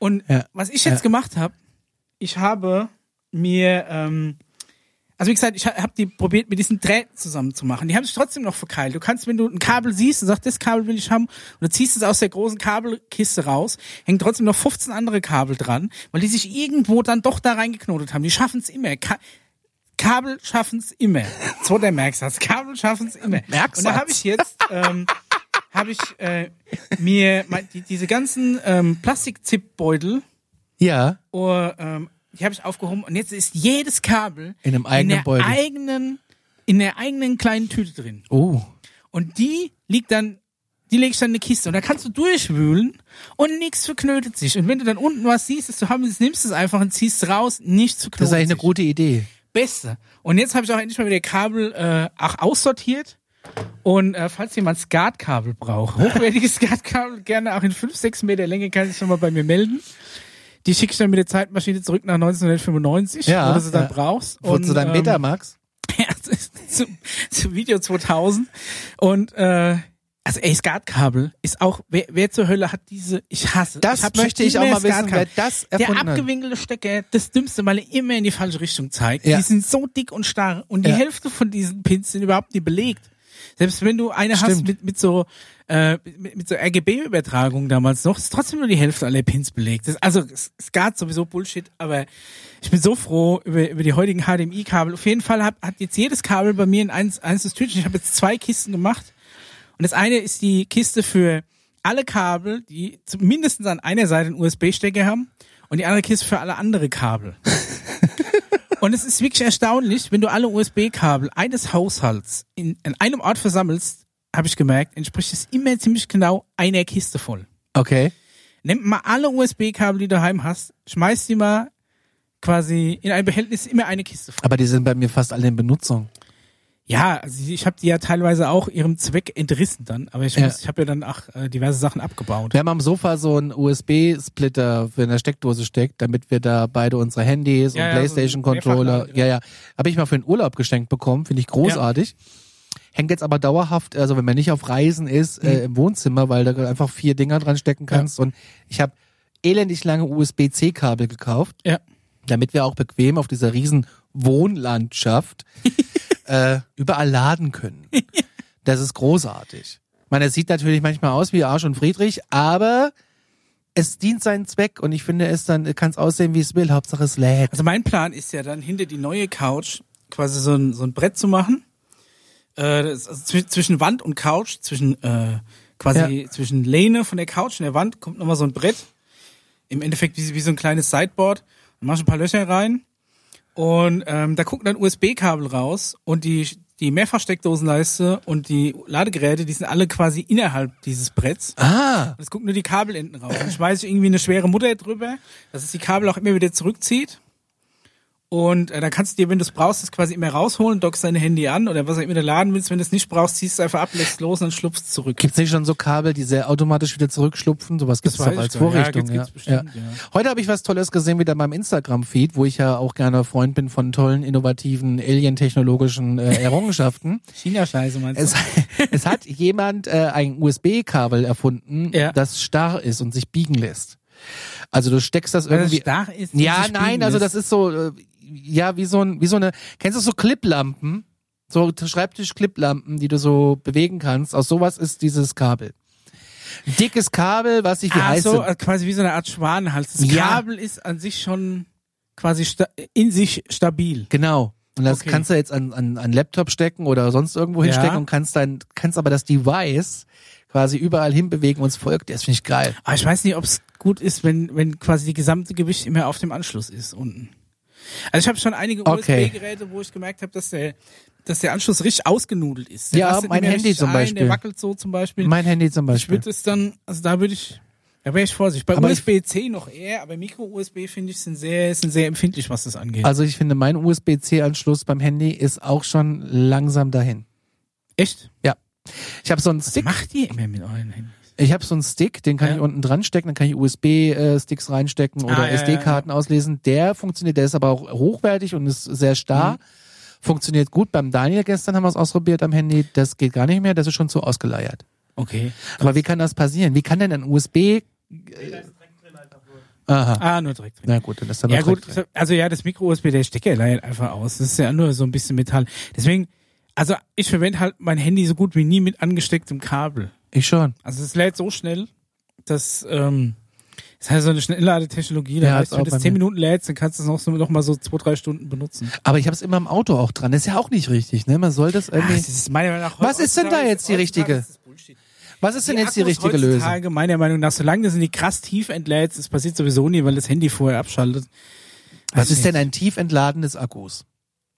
Und Ja. was ich jetzt Ja. gemacht habe, ich habe mir, ähm, also wie gesagt, ich habe die probiert, mit diesen Drähten zusammenzumachen. Die haben sich trotzdem noch verkeilt. Du kannst, wenn du ein Kabel siehst und sagst, das Kabel will ich haben, und du ziehst es aus der großen Kabelkiste raus, hängen trotzdem noch 15 andere Kabel dran, weil die sich irgendwo dann doch da reingeknotet haben. Die schaffen es immer. Ka Kabel schaffen es immer. So der Merksatz. Kabel schaffen es immer. Merksatz. Und da habe ich jetzt ähm, habe ich äh, mir mein, die, diese ganzen ähm, Plastikzipbeutel, Ja. oh, ähm, die habe ich aufgehoben und jetzt ist jedes Kabel In einem eigenen der Beutel. eigenen in der eigenen kleinen Tüte drin. Oh. Und die liegt dann, die legst du dann in eine Kiste und da kannst du durchwühlen und nichts verknötet sich. Und wenn du dann unten was siehst, das du haben willst, nimmst es einfach und ziehst es raus, nichts verknotet Das ist eigentlich eine sich. gute Idee. Beste. Und jetzt habe ich auch endlich mal wieder Kabel äh, auch aussortiert. Und äh, falls jemand Skatkabel braucht, *laughs* hochwertiges Skatkabel, gerne auch in 5, 6 Meter Länge, kann sich schon mal bei mir melden. Die schicke ich dann mit der Zeitmaschine zurück nach 1995, Ja, wo du sie dann ja. brauchst. Wo zu deinem ähm, Betamax? ja, zu, zu Video 2000. Und äh, also ey, Skatkabel ist auch, wer, wer zur Hölle hat diese, ich hasse. Das hab schon möchte ich auch immer mal wissen, Skatkabel. wer das Der erfunden hat. abgewinkelte Stecker, das dümmste, weil er immer in die falsche Richtung zeigt. Ja. Die sind so dick und starr und die Ja. Hälfte von diesen Pins sind überhaupt nicht belegt. Selbst wenn du eine hast Stimmt. mit, mit so äh, mit, mit so RGB-Übertragung damals noch, ist trotzdem nur die Hälfte aller Pins belegt. Das, also es- Skat sowieso Bullshit, aber ich bin so froh über, über die heutigen HDMI-Kabel. Auf jeden Fall hat, hat jetzt jedes Kabel bei mir ein eins, einzelnes Tütchen. Ich habe jetzt zwei Kisten gemacht. Und das eine ist die Kiste für alle Kabel, die zumindest an einer Seite einen USB-Stecker haben. Und die andere Kiste für alle andere Kabel. und es ist wirklich erstaunlich, wenn du alle USB-Kabel eines Haushalts in, in einem Ort versammelst, habe ich gemerkt, entspricht es immer ziemlich genau einer Kiste voll. Okay. Nimm mal alle USB-Kabel, die du daheim hast, schmeiß die mal quasi in ein Behältnis immer eine Kiste voll. Aber die sind bei mir fast alle in Benutzung. Ja, also ich habe die ja teilweise auch ihrem Zweck entrissen dann, aber ich, Ja. muss- ich habe ja dann auch äh, diverse Sachen abgebaut. Wir haben am Sofa so einen USB-Splitter für eine Steckdose steckt, damit wir da beide unsere Handys und Ja, ja, so halt, ein Playstation-Controller. Mehrfachlader, ja, ja. Habe ich mal für den Urlaub geschenkt bekommen, finde ich großartig. Hängt jetzt aber dauerhaft, also wenn man nicht auf Reisen ist, Mhm. äh, im Wohnzimmer, weil da einfach vier Dinger dran stecken kannst. Und ich habe elendig lange USB-C-Kabel gekauft, Ja. damit wir auch bequem auf dieser riesen *laughs* Wohnlandschaft äh, überall laden können. Das ist großartig. Ich meine, es sieht natürlich manchmal aus wie Arsch und Friedrich, aber es dient seinen Zweck und ich finde es dann, kann es aussehen, wie es will. Hauptsache es lädt. Also mein Plan ist ja dann hinter die neue Couch quasi so ein, so ein Brett zu machen. Äh, das- also zwi- zwischen Wand und Couch, zwischen äh, quasi zwischen Lehne von der Couch und der Wand kommt nochmal so ein Brett. Im Endeffekt wie, wie so ein kleines Sideboard. Dann machst du ein paar Löcher rein und ähm, da gucken dann USB-Kabel raus und die die Mehrfachsteckdosenleiste und die Ladegeräte, die sind alle quasi innerhalb dieses Bretts. Ah, Und es gucken nur die Kabelenden raus. Dann schmeiße ich irgendwie eine schwere Mutter drüber, dass es die Kabel auch immer wieder zurückzieht. Und äh, dann kannst du dir, wenn du es brauchst, das quasi immer rausholen, dockst dein Handy an oder was auch immer du laden willst. Wenn du es nicht brauchst, ziehst du es einfach ab, lässt los und dann schlupfst es zurück. gibt's nicht schon so Kabel, die sehr automatisch wieder zurückschlupfen? Sowas gibt's Das doch weiß als ich gar nicht. Ja, Vorrichtung. gibt's- Ja, gibt's ja. bestimmt, ja. Heute habe ich was Tolles gesehen, wieder meinem Instagram-Feed, wo ich ja auch gerne Freund bin von tollen, innovativen, alien-technologischen äh, Errungenschaften. China-Scheiße meinst du? Es, *laughs* es hat jemand äh, ein USB-Kabel erfunden, Ja. das starr ist und sich biegen lässt. Also du steckst das Weil das irgendwie. starr ist und ja, sich biegen nein, also lässt. das ist so, äh, ja, wie so ein, wie so eine. Kennst du so Cliplampen? So Schreibtisch-Cliplampen, die du so bewegen kannst. Aus sowas ist dieses Kabel. Ein Dickes Kabel, was ich wie Ach heißt. so, äh, quasi wie so eine Art Schwanenhals. Das Ja. Kabel ist an sich schon quasi sta in sich stabil. Genau. Und das Okay. kannst du jetzt an, an, an Laptop stecken oder sonst irgendwo hinstecken Ja. und kannst dann, kannst aber das Device quasi überall hinbewegen und es folgt. Das finde ich geil. Aber ich weiß nicht, ob es gut ist, wenn, wenn quasi die gesamte Gewicht immer auf dem Anschluss ist unten. Also ich habe schon einige Okay. USB-Geräte, wo ich gemerkt habe, dass der, dass der Anschluss richtig ausgenudelt ist. Der Ja, rastet nicht mein mehr Handy richtig zum ein, Beispiel. Der wackelt so zum Beispiel. Mein Handy zum ich Beispiel. würde es dann, also da würde ich, da wäre ich vorsichtig. Bei Aber ich- USB-C noch eher, aber Micro-USB finde ich sind sehr, sind sehr empfindlich, was das angeht. Also ich finde, mein USB-C-Anschluss beim Handy ist auch schon langsam dahin. Echt? Ich habe so einen Was Stick. macht ihr immer mit euren Handys? Ich habe so einen Stick, den kann Ja. ich unten dran stecken, dann kann ich USB-Sticks reinstecken oder Ah, ja, ja, SD-Karten auslesen. Der funktioniert, der ist aber auch hochwertig und ist sehr Mhm. starr. Funktioniert gut. Beim Daniel gestern haben wir es ausprobiert am Handy. Das geht gar nicht mehr, das ist schon zu ausgeleiert. Okay. Aber wie kann das passieren? Wie kann denn ein USB... Äh, aha. Ah, nur direkt drin. Na gut, dann ist da noch halt Ja gut, direkt drin. so- also ja, das Micro-USB, der Stecker leiert einfach aus. Das ist ja nur so ein bisschen Metall. Deswegen, also ich verwende halt mein Handy so gut wie nie mit angestecktem Kabel. Ich schon. Also es lädt so schnell, dass ähm, das heißt so eine Schnellladetechnologie, Ja, da reicht, ist wenn auch du bei das 10 mir. Minuten lädst, dann kannst du es noch, so, noch mal so zwei, drei Stunden benutzen. Aber ich habe es immer im Auto auch dran. Das ist ja auch nicht richtig, ne? Man soll das Ach, irgendwie... das Ah, ist meiner Meinung nach Was ist denn da heutzutage- jetzt die richtige? heutzutage ist das Bullshit. Was ist denn jetzt die Akkus richtige Lösung? heutzutage, Meiner Meinung nach, solange das in die krass tief entlädst, das passiert sowieso nie, weil das Handy vorher abschaltet. Was Weiß ist denn ein tief entladen des Akkus?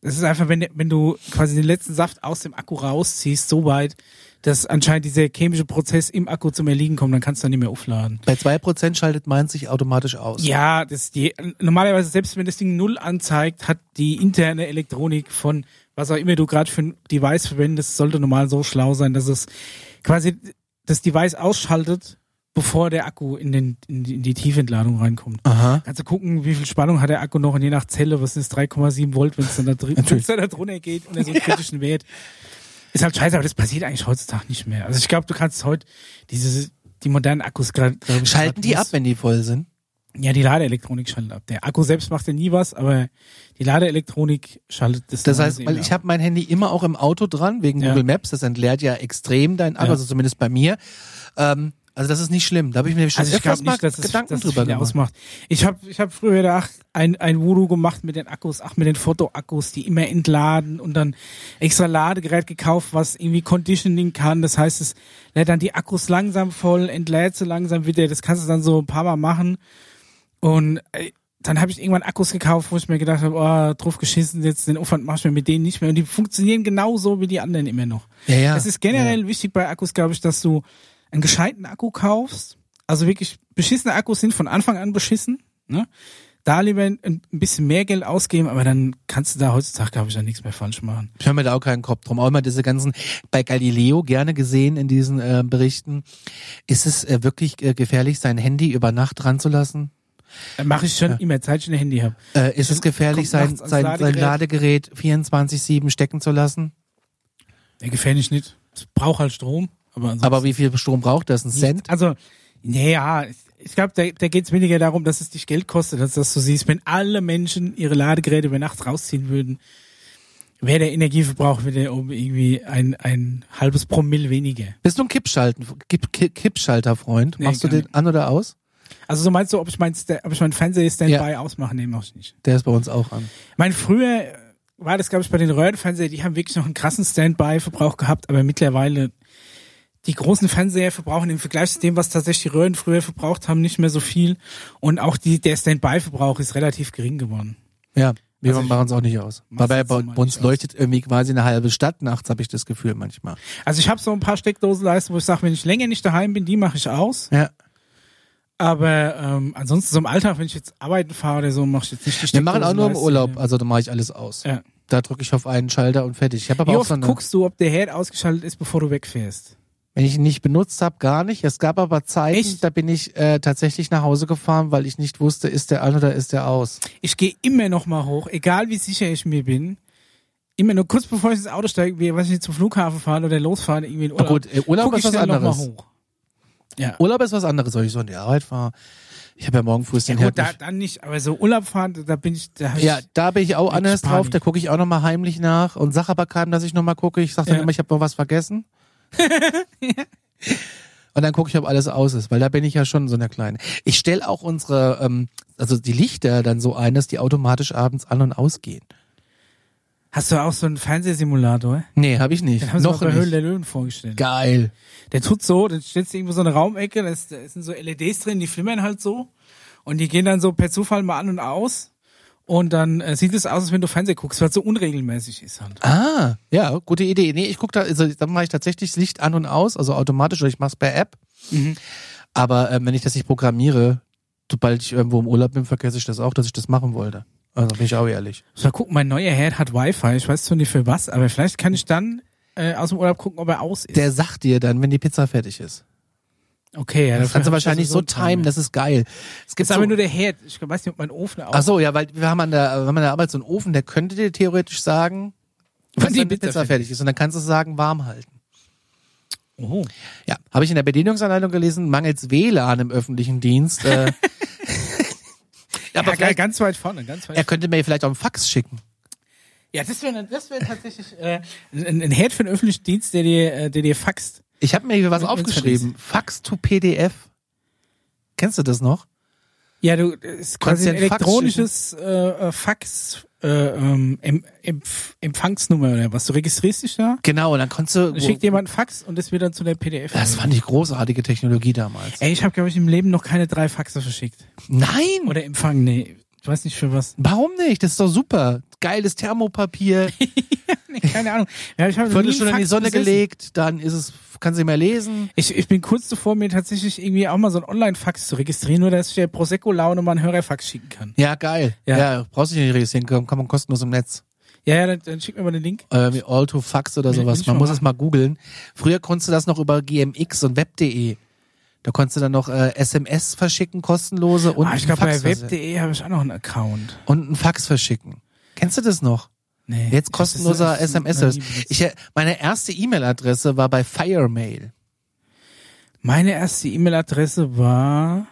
Es ist einfach, wenn, wenn du quasi den letzten Saft aus dem Akku rausziehst, so weit, dass anscheinend dieser chemische Prozess im Akku zum Erliegen kommt, dann kannst du dann nicht mehr aufladen. Bei 2% schaltet meins sich automatisch aus. Ja, das die, normalerweise, selbst wenn das Ding null anzeigt, hat die interne Elektronik von was auch immer du gerade für ein Device verwendest, sollte normal so schlau sein, dass es quasi das Device ausschaltet, bevor der Akku in, den, in, die, in die Tiefentladung reinkommt. Aha. Kannst du gucken, wie viel Spannung hat der Akku noch und je nach Zelle, was ist 3,7 Volt, wenn es dann da drin- wenn's dann da drunter geht und er *laughs* so einen kritischen Wert. Ist halt scheiße, aber das passiert eigentlich heutzutage nicht mehr. Also ich glaube, du kannst heute diese, die modernen Akkus gerade. glaub ich, Schalten grad die muss- ab, wenn die voll sind? Ja, die Ladeelektronik schaltet ab. Der Akku selbst macht ja nie was, aber die Ladeelektronik schaltet das. Das dann heißt, eben weil ab. ich habe mein Handy immer auch im Auto dran, wegen Ja. Google Maps. Das entleert ja extrem dein Akku, Ja. also zumindest bei mir. Ähm, also das ist nicht schlimm. Da habe ich mir schon Also ich öfters glaube mal nicht, dass es, Gedanken dass es drüber viel gemacht. ausmacht. Ich habe ich hab früher da ach, ein, ein Voodoo gemacht mit den Akkus, ach mit den Fotoakkus, die immer entladen und dann extra Ladegerät gekauft, was irgendwie Conditioning kann. Das heißt, es lädt dann die Akkus langsam voll, entlädt sie langsam wieder. Das kannst du dann so ein paar Mal machen. Und äh, dann habe ich irgendwann Akkus gekauft, wo ich mir gedacht habe, oh, drauf geschissen, jetzt den Aufwand mach ich mir mit denen nicht mehr. Und die funktionieren genauso wie die anderen immer noch. Ja, Ah, ja. Es ist generell wichtig bei Akkus, glaube ich, dass du einen gescheiten Akku kaufst. Also wirklich beschissene Akkus sind von Anfang an beschissen. Ne? Da lieber ein, ein bisschen mehr Geld ausgeben, aber dann kannst du da heutzutage, glaube ich, dann nichts mehr falsch machen. Ich höre mir da auch keinen Kopf drum. Auch immer diese ganzen, bei Galileo gerne gesehen in diesen äh, Berichten, ist es äh, wirklich äh, gefährlich, sein Handy über Nacht dran zu lassen? Dann mache ich schon immer, seit ich ein Handy habe. Äh, ist es gefährlich, kommt sein, nachts ans sein, sein Ladegerät Ladegerät. 24-7 stecken zu lassen? Ja, gefährlich nicht. Es braucht halt Strom. Aber, ansonsten Aber wie viel Strom braucht das? Ein nicht. Cent? Also, naja, ich glaube, da, da geht es weniger darum, dass es dich Geld kostet, als dass du siehst, wenn alle Menschen ihre Ladegeräte über Nacht rausziehen würden, wäre der Energieverbrauch wieder um irgendwie ein, ein halbes Promille weniger. Bist du ein Kippschalten, Kipp, Kipp, Kippschalterfreund? Nee, Machst du gar den an oder aus? Also so meinst du, ob ich mein, Sta- ob ich meinen Fernseher Standby ausmache? Nee, mach ich nicht. Der ist bei uns auch an. Ich meine, früher war das, glaube ich, bei den Röhrenfernseher, die haben wirklich noch einen krassen Standby-Verbrauch gehabt, aber mittlerweile die großen Fernseher verbrauchen im Vergleich zu dem, was tatsächlich die Röhren früher verbraucht haben, nicht mehr so viel. Und auch die, der Standby-Verbrauch ist relativ gering geworden. Ja, wir Also ich- machen es auch nicht aus. Mach's Dabei jetzt bei mal bei uns nicht aus. leuchtet irgendwie quasi eine halbe Stadt nachts, habe ich das Gefühl manchmal. Also ich habe so ein paar Steckdosenleisten, wo ich sage, wenn ich länger nicht daheim bin, die mache ich aus. Ja. Aber ähm, ansonsten so im Alltag, wenn ich jetzt arbeiten fahre oder so, mache ich jetzt nicht die Wir machen auch nur im Steckdosenleiste. Urlaub, also da mache ich alles aus. Ja. Da drücke ich auf einen Schalter und fertig. Ich habe aber Wie auch oft so eine, guckst du, ob der Herd ausgeschaltet ist, bevor du wegfährst? wenn ich ihn nicht benutzt habe, gar nicht. Es gab aber Zeiten, Echt? da bin ich äh, tatsächlich nach Hause gefahren, weil ich nicht wusste, ist der an oder ist der aus. Ich gehe immer noch mal hoch, egal wie sicher ich mir bin. Immer nur kurz bevor ich ins Auto steige, wie, weiß ich nicht, zum Flughafen fahren oder losfahren, irgendwie in Na Urlaub. gut, äh, Urlaub guck ist ich was schnell noch mal anderes. hoch. Ja. Urlaub ist was anderes, wenn ich so in die Arbeit fahre. Ich habe ja morgen früh ja den gut, Herd da, nicht. dann nicht, aber so Urlaub fahren, da bin ich, da hab ich, Ja, da bin ich auch Mensch, anders drauf. Panik. Da gucke ich auch nochmal heimlich nach und sage aber keinem, dass ich nochmal gucke. Ich sage dann Ja. immer, ich habe noch was *laughs* vergessen. und dann gucke ich, ob alles aus ist, weil da bin ich ja schon so eine kleine. Ich stelle auch unsere, ähm, also die Lichter dann so ein, dass die automatisch abends an und ausgehen. Hast du auch so einen Fernsehsimulator? Nee, habe ich nicht. Den haben sie Noch Noch mal bei Höhlen nicht. der Löwen vorgestellt. Geil. Der tut so, dann stellst du irgendwo so eine Raumecke, da, ist, da sind so LEDs drin, die flimmern halt so. Und die gehen dann so per Zufall mal an und aus. Und dann äh, sieht es aus, als wenn du Fernsehen guckst, weil es so unregelmäßig ist halt. Ah, ja, gute Idee. Nee, ich gucke da, also dann mache ich tatsächlich das Licht an und aus, also automatisch, oder ich mache es per App. Mhm. Aber ähm, wenn ich das nicht programmiere, sobald ich irgendwo im Urlaub bin, vergesse ich das auch, dass ich das machen wollte. Also bin ich auch ehrlich. So, guck, mein neuer Herd hat Wi-Fi. Ich weiß zwar nicht für was, aber vielleicht kann ich dann äh, aus dem Urlaub gucken, ob er aus ist. Der sagt dir dann, wenn die Pizza fertig ist. okay, ja, Das kannst du wahrscheinlich also so timen, Das das ist geil. Es gibt ist so, aber Also, nur der Herd. Ich weiß nicht, ob mein Ofen auch. Ach so, ja, weil wir haben an der, wir haben an der Arbeit so einen Ofen, der könnte dir theoretisch sagen, Wann wenn die Pizza, fertig ist. Und dann kannst du es sagen, warm halten. Oh. Ja, habe ich in der Bedienungsanleitung gelesen, mangels WLAN im öffentlichen Dienst. Äh, ja, aber Ja, vielleicht, ganz weit vorne, ganz weit er könnte mir vielleicht auch einen Fax schicken. Ja, das wäre das wär tatsächlich äh, ein, ein Herd für den öffentlichen Dienst, der dir, äh, der dir faxt. Ich habe mir hier was Mit aufgeschrieben. Fax to PDF. Kennst du das noch? Ja, du das ist Kannst quasi dir ein einen Fax elektronisches äh, äh, Fax äh, ähm, em, Empf- Empfangsnummer oder was. Du registrierst dich da, Genau, und dann konntest du. dann schickt jemand einen Fax und das wird dann zu der PDF. das fand ich großartige Technologie damals. Ey, ich habe glaube ich im Leben noch keine drei Faxe verschickt Nein! oder empfangen. Nee, Ich weiß nicht für was. Warum nicht? Das ist doch super. Geiles Thermopapier, Nee, keine Ahnung. Ja, ich habe noch nie Viertelstunde in die Fax Sonne besessen. gelegt, dann ist es, kann sie mehr lesen. Ich, ich bin kurz davor, mir tatsächlich irgendwie auch mal so ein Online-Fax zu registrieren, nur dass ich der Prosecco-Laune mal einen Hörerfax schicken kann. Ja, geil. Ja, Ja. brauchst du nicht registrieren, kann kann man kostenlos im Netz. Ja, ja, dann, dann schick mir mal den Link. Äh, wie All to Fax oder Will- will sowas. ich Man mal muss machen. es mal googeln. Früher konntest du das noch über GMX und Web.de. Da konntest du dann noch äh, SMS verschicken, kostenlose und ah, ich einen glaube, bei Fax verse- web.de habe ich auch noch einen Account. und einen Fax verschicken. Kennst du das noch? Nee. Jetzt ich hab das kostenloser noch nie SMS-Service. benutzt. Ich, äh, meine erste E-Mail-Adresse war bei Firemail. Meine erste E-Mail-Adresse war.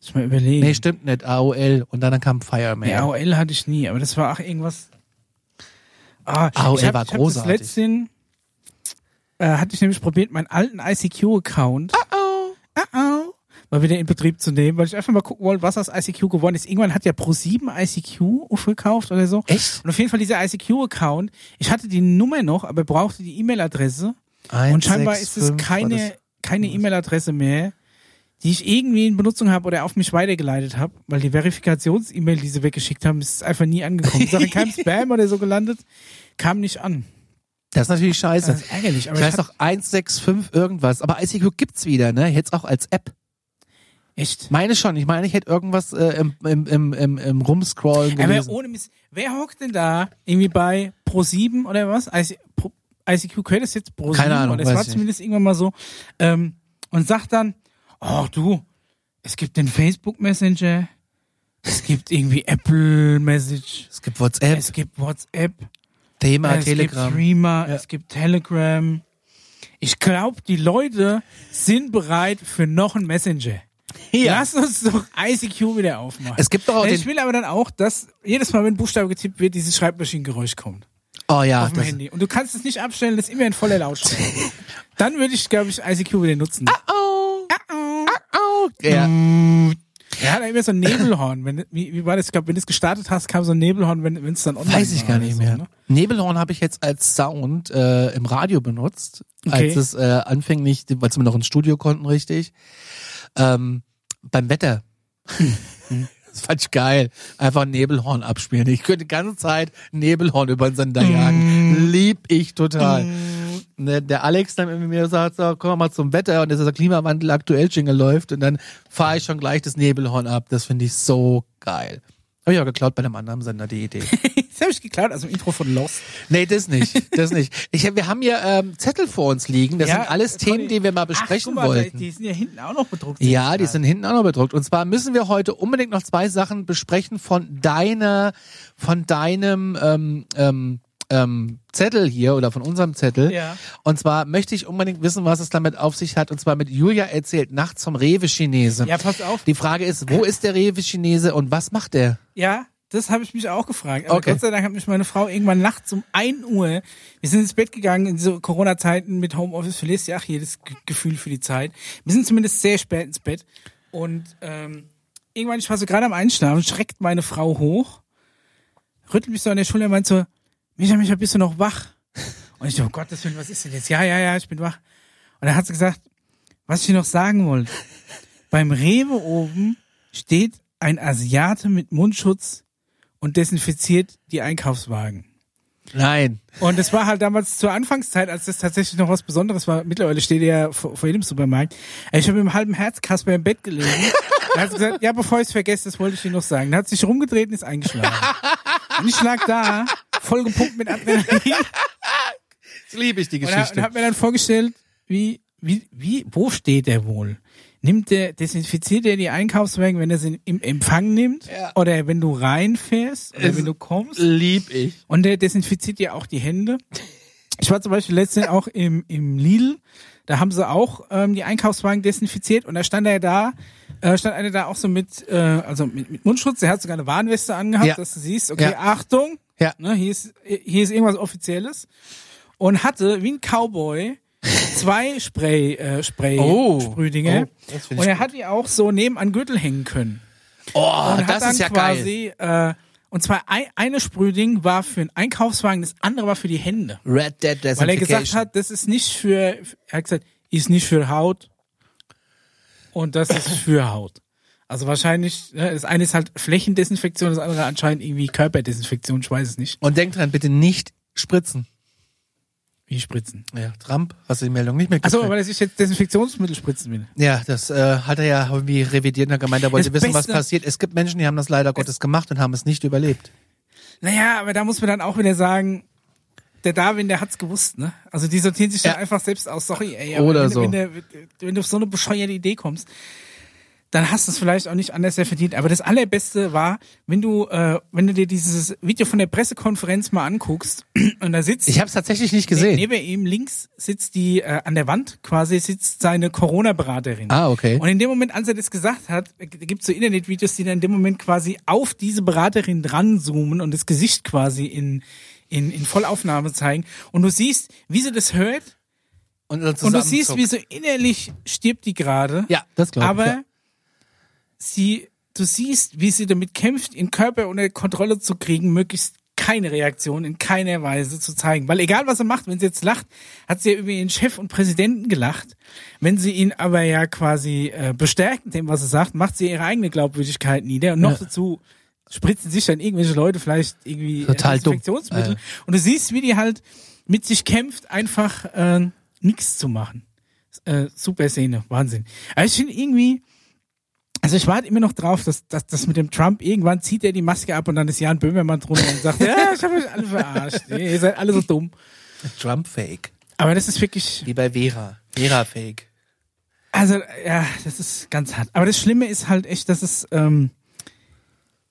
Lass ich mal überlegen. Nee, stimmt nicht. AOL. Und dann kam Firemail. Nee, AOL hatte ich nie, aber das war auch irgendwas. Ah, AOL ich hab, war ich hab großartig. Das letztens äh, hatte ich nämlich probiert, meinen alten ICQ-Account Oh. uh-oh, mal wieder in Betrieb zu nehmen, weil ich einfach mal gucken wollte, was aus ICQ geworden ist. Irgendwann hat ja Pro7 ICQ aufgekauft oder so. Echt? Und auf jeden Fall dieser ICQ-Account. Ich hatte die Nummer noch, aber brauchte die E-Mail-Adresse. Und scheinbar ist es 165 keine, war das. Hm. keine E-Mail-Adresse mehr, die ich irgendwie in Benutzung habe oder auf mich weitergeleitet habe, weil die Verifikations-E-Mail, die sie weggeschickt haben, ist einfach nie angekommen. Ist auch *laughs* in keinem Spam oder so gelandet, kam nicht an. Das ist natürlich scheiße. Das ist ärgerlich. Äh, Aber ich ich weiß hab- noch 165 irgendwas. Aber ICQ gibt's wieder, ne? Jetzt auch als App. echt. Meine schon. Ich meine, ich hätte irgendwas äh, im, im, im, im, im Rumscrollen Aber gelesen. ohne Mist, wer hockt denn da irgendwie bei Pro7 oder was? IC, Pro, ICQ quält das jetzt Pro7 Keine Ahnung, oder es weiß war ich nicht. zumindest irgendwann mal so ähm, und sagt dann, oh du, es gibt den Facebook Messenger, es gibt irgendwie Apple Message, Es gibt WhatsApp, Es gibt WhatsApp, Thema, Ah, es gibt Telegram. Threema, Ja. es gibt Telegram. Ich glaube, die Leute sind bereit für noch einen Messenger. Lass uns doch ICQ wieder aufmachen. Es gibt doch auch Äh, ich Oh, den. will aber dann auch, dass jedes Mal, wenn ein Buchstabe getippt wird, dieses Schreibmaschinengeräusch kommt Oh ja, auf dem das, Handy. Und du kannst es nicht abstellen, das ist immer in voller Lautstärke. *laughs* dann würde ich, glaube ich, ICQ wieder nutzen. Oh, Ah, oh. Ja. Ja, da immer so ein Nebelhorn. Wenn, wie, wie war das? Ich glaube, wenn du es gestartet hast, kam so ein Nebelhorn, wenn es dann online Weiß ich war gar oder nicht so, mehr. ne? *laughs* Nebelhorn habe ich jetzt als Sound äh, im Radio benutzt, Okay. als es äh, anfänglich, als wir noch ins Studio konnten, richtig. Ähm, beim Wetter. Hm. *laughs* das fand ich geil. Einfach ein Nebelhorn abspielen. Ich könnte die ganze Zeit ein Nebelhorn über den Sender jagen. Hm. Lieb ich total. Ne, der Alex dann mit mir sagt, so, komm mal zum Wetter und dass der Klimawandel aktuell Jingle läuft und dann fahre ich schon gleich das Nebelhorn ab. Das finde ich so geil. Habe ich auch geklaut bei einem anderen Sender, die Idee. Das habe ich geklaut aus dem Intro von Lost. Nee, das nicht. Das nicht. Ich, hab- wir haben hier ähm, Zettel vor uns liegen. Das Ja, sind alles Conny. Themen, die wir mal besprechen Ach, guck mal, wollten. Die sind ja hinten auch noch bedruckt. ja, die sind hinten auch noch bedruckt. Und zwar müssen wir heute unbedingt noch zwei Sachen besprechen von deiner, von deinem ähm, ähm, ähm, Zettel hier oder von unserem Zettel. Ja. Und zwar möchte ich unbedingt wissen, was es damit auf sich hat. Und zwar mit Julia erzählt nachts vom Rewe-Chinese. Ja, pass auf. Die Frage ist, wo ist der Rewe-Chinese und was macht der? Ja, das habe ich mich auch gefragt. Aber Okay. Gott sei Dank hat mich meine Frau irgendwann nachts um 1 Uhr, wir sind ins Bett gegangen in so Corona-Zeiten mit Homeoffice, verlierst ja auch jedes G Gefühl für die Zeit. Wir sind zumindest sehr spät ins Bett. Und ähm, irgendwann, ich war so gerade am Einschlafen, schreckt meine Frau hoch, rüttelt mich so an der Schulter und meint so, Micha, Micha, bist du noch wach? Und ich so, um Gottes Willen, was ist denn jetzt? Ja, ja, ja, ich bin wach. Und dann hat sie gesagt, was ich dir noch sagen wollte. Beim Rewe oben steht ein Asiate mit Mundschutz und desinfiziert die Einkaufswagen. Nein. Und es war halt damals zur Anfangszeit, als das tatsächlich noch was Besonderes war. Mittlerweile steht er ja vor, vor jedem Supermarkt. Ich habe im halben Herzkasper im Bett gelegen. Da hat sie gesagt, ja, bevor ich es vergesse, das wollte ich dir noch sagen. Da hat sie sich rumgedreht und ist eingeschlafen. Und ich lag da, voll gepumpt mit Adrenalin. Das liebe ich, die Und hab- Und hab mir dann vorgestellt, wie, wie, wie, wo steht der wohl? Nimmt der, desinfiziert er die Einkaufswagen, wenn er sie im Empfang nimmt? Ja. Oder wenn du reinfährst? Oder Es- wenn du kommst? Lieb ich. Und der desinfiziert dir auch die Hände. Ich war zum Beispiel letztens auch im, im Lidl. Da haben sie auch ähm, die Einkaufswagen desinfiziert und da stand er da, äh, stand einer da auch so mit, äh, also mit, mit Mundschutz. Der hat sogar eine Warnweste angehabt, Ja. dass du siehst, okay, Ja. Achtung, Ja. ne, hier ist hier ist irgendwas Offizielles und hatte wie ein Cowboy zwei Spray, äh, Spray Oh. Sprühdinge Oh, das find ich und er gut. hat die auch so neben an Gürtel hängen können. Oh, Und hat das dann ist ja geil. quasi, Äh, und zwar ein, eine Sprühding war für den Einkaufswagen, das andere war für die Hände. Red Dead Desinfection. Weil er gesagt hat, das ist nicht für, *laughs* er hat gesagt, ist nicht für Haut und das ist für Haut. Also wahrscheinlich, ne, das eine ist halt Flächendesinfektion, das andere anscheinend irgendwie Körperdesinfektion, ich weiß es nicht. Und denk dran, bitte nicht spritzen. Wie Spritzen. Ja, Trump, was die Meldung nicht mehr Achso, gefällt. weil ich jetzt Desinfektionsmittel spritzen will. Ja, das äh, hat er ja irgendwie revidiert und hat gemeint, er wollte Das wissen, was Beste- passiert. Es gibt Menschen, die haben das leider Gottes gemacht und haben es nicht überlebt. Naja, aber da muss man dann auch wieder sagen, der Darwin, der hat's gewusst, ne? Also die sortieren sich Ja. dann einfach selbst aus. Sorry, ey. Oder wenn, so. Wenn, der, wenn du auf so eine bescheuerte Idee kommst, dann hast du es vielleicht auch nicht anders verdient. Aber das allerbeste war, wenn du, äh, wenn du dir dieses Video von der Pressekonferenz mal anguckst und da sitzt Ich habe es tatsächlich nicht gesehen. neben ihm links sitzt die äh, an der Wand quasi sitzt seine Corona-Beraterin. Ah, okay. Und in dem Moment, als er das gesagt hat, gibt es so Internetvideos, die dann in dem Moment quasi auf diese Beraterin dranzoomen und das Gesicht quasi in, in, in Vollaufnahme zeigen. Und du siehst, wie sie das hört Und, und du siehst, wie zusammenzuckt. so innerlich stirbt die gerade. Ja, das glaube ich. aber ja. sie, du siehst, wie sie damit kämpft, ihren Körper unter Kontrolle zu kriegen, möglichst keine Reaktion in keiner Weise zu zeigen. Weil egal was er macht, wenn sie jetzt lacht, hat sie ja über ihren Chef und Präsidenten gelacht. Wenn sie ihn aber ja quasi äh, bestärkt in dem, was er sagt, macht sie ihre eigene Glaubwürdigkeit nieder. Und noch dazu spritzen sich dann irgendwelche Leute vielleicht irgendwie Total dumm. Infektionsmittel. Ja. Und du siehst, wie die halt mit sich kämpft, einfach äh, nichts zu machen. Äh, super Szene, Wahnsinn. Aber ich finde irgendwie, also ich warte immer noch drauf, dass, dass, dass mit dem Trump irgendwann zieht er die Maske ab und dann ist Jan Böhmermann drunter und sagt, *laughs* ja, ich habe euch alle verarscht. Nee, Ihr seid alle so dumm. Trump-Fake. Aber das ist wirklich, Wie bei Vera. Vera-Fake. also ja, das ist ganz hart. Aber das Schlimme ist halt echt, dass es, ähm,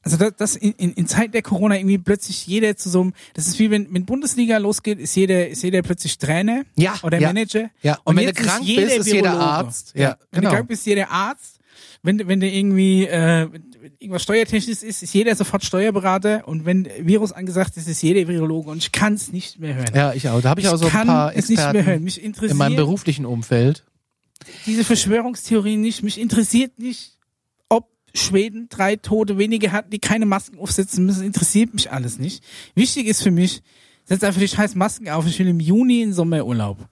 also dass, dass in, in, in Zeit der Corona irgendwie plötzlich jeder zu so einem, das ist wie wenn, wenn Bundesliga losgeht, ist jeder, ist jeder plötzlich Trainer Ja, oder ja. Manager. Ja, und wenn du jetzt krank bist, ist jeder Virologe. Arzt. Ja, Wenn genau. du krank bist, ist jeder Arzt. Wenn, du- wenn du irgendwie äh, wenn irgendwas steuertechnisches ist, ist jeder sofort Steuerberater und wenn Virus angesagt ist, ist jeder Virologe und ich kann es nicht mehr hören. Ja, ich auch. Da habe ich, auch so ein kann paar es nicht mehr hören. Experten Mich in meinem interessiert beruflichen Umfeld. diese Verschwörungstheorien nicht. Mich interessiert nicht, ob Schweden drei Tote weniger hatten, die keine Masken aufsetzen müssen. Interessiert mich alles nicht. Wichtig ist für mich, setz einfach die scheiß Masken auf. Ich will im Juni in Sommerurlaub.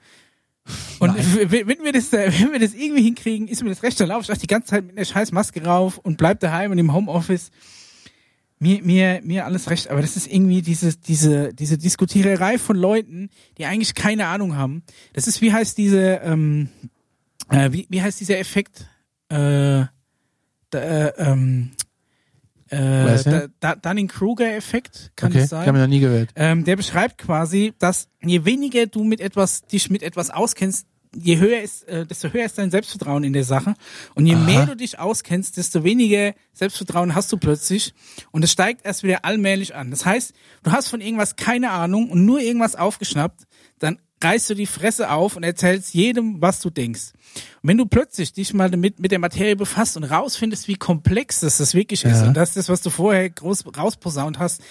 Und w- w- wenn wir, das, äh, *laughs* wenn wir das irgendwie hinkriegen, ist mir das recht, dann laufe ich auch die ganze Zeit mit einer scheiß Maske rauf und bleib daheim und im Homeoffice. Mir, mir, mir alles recht, aber das ist irgendwie diese, diese, diese Diskutiererei von Leuten, die eigentlich keine Ahnung haben. Das ist, wie heißt diese, ähm, äh, wie, wie heißt dieser Effekt? Äh, da, äh, ähm, äh, Weiß nicht. da, da, Dunning-Kruger-Effekt, kann okay, es ich sein? habe mich noch nie gehört. Ähm, der beschreibt quasi, dass je weniger du mit etwas, dich mit etwas auskennst, je höher ist, äh, desto höher ist dein Selbstvertrauen in der Sache. Und je Aha. mehr du dich auskennst, desto weniger Selbstvertrauen hast du plötzlich. Und es steigt erst wieder allmählich an. Das heißt, du hast von irgendwas keine Ahnung und nur irgendwas aufgeschnappt, dann reißt du die Fresse auf und erzählst jedem, was du denkst. Und wenn du plötzlich dich mal mit, mit der Materie befasst und rausfindest, wie komplex das, das wirklich ist Ja. und dass das, was du vorher groß rausposaunt hast,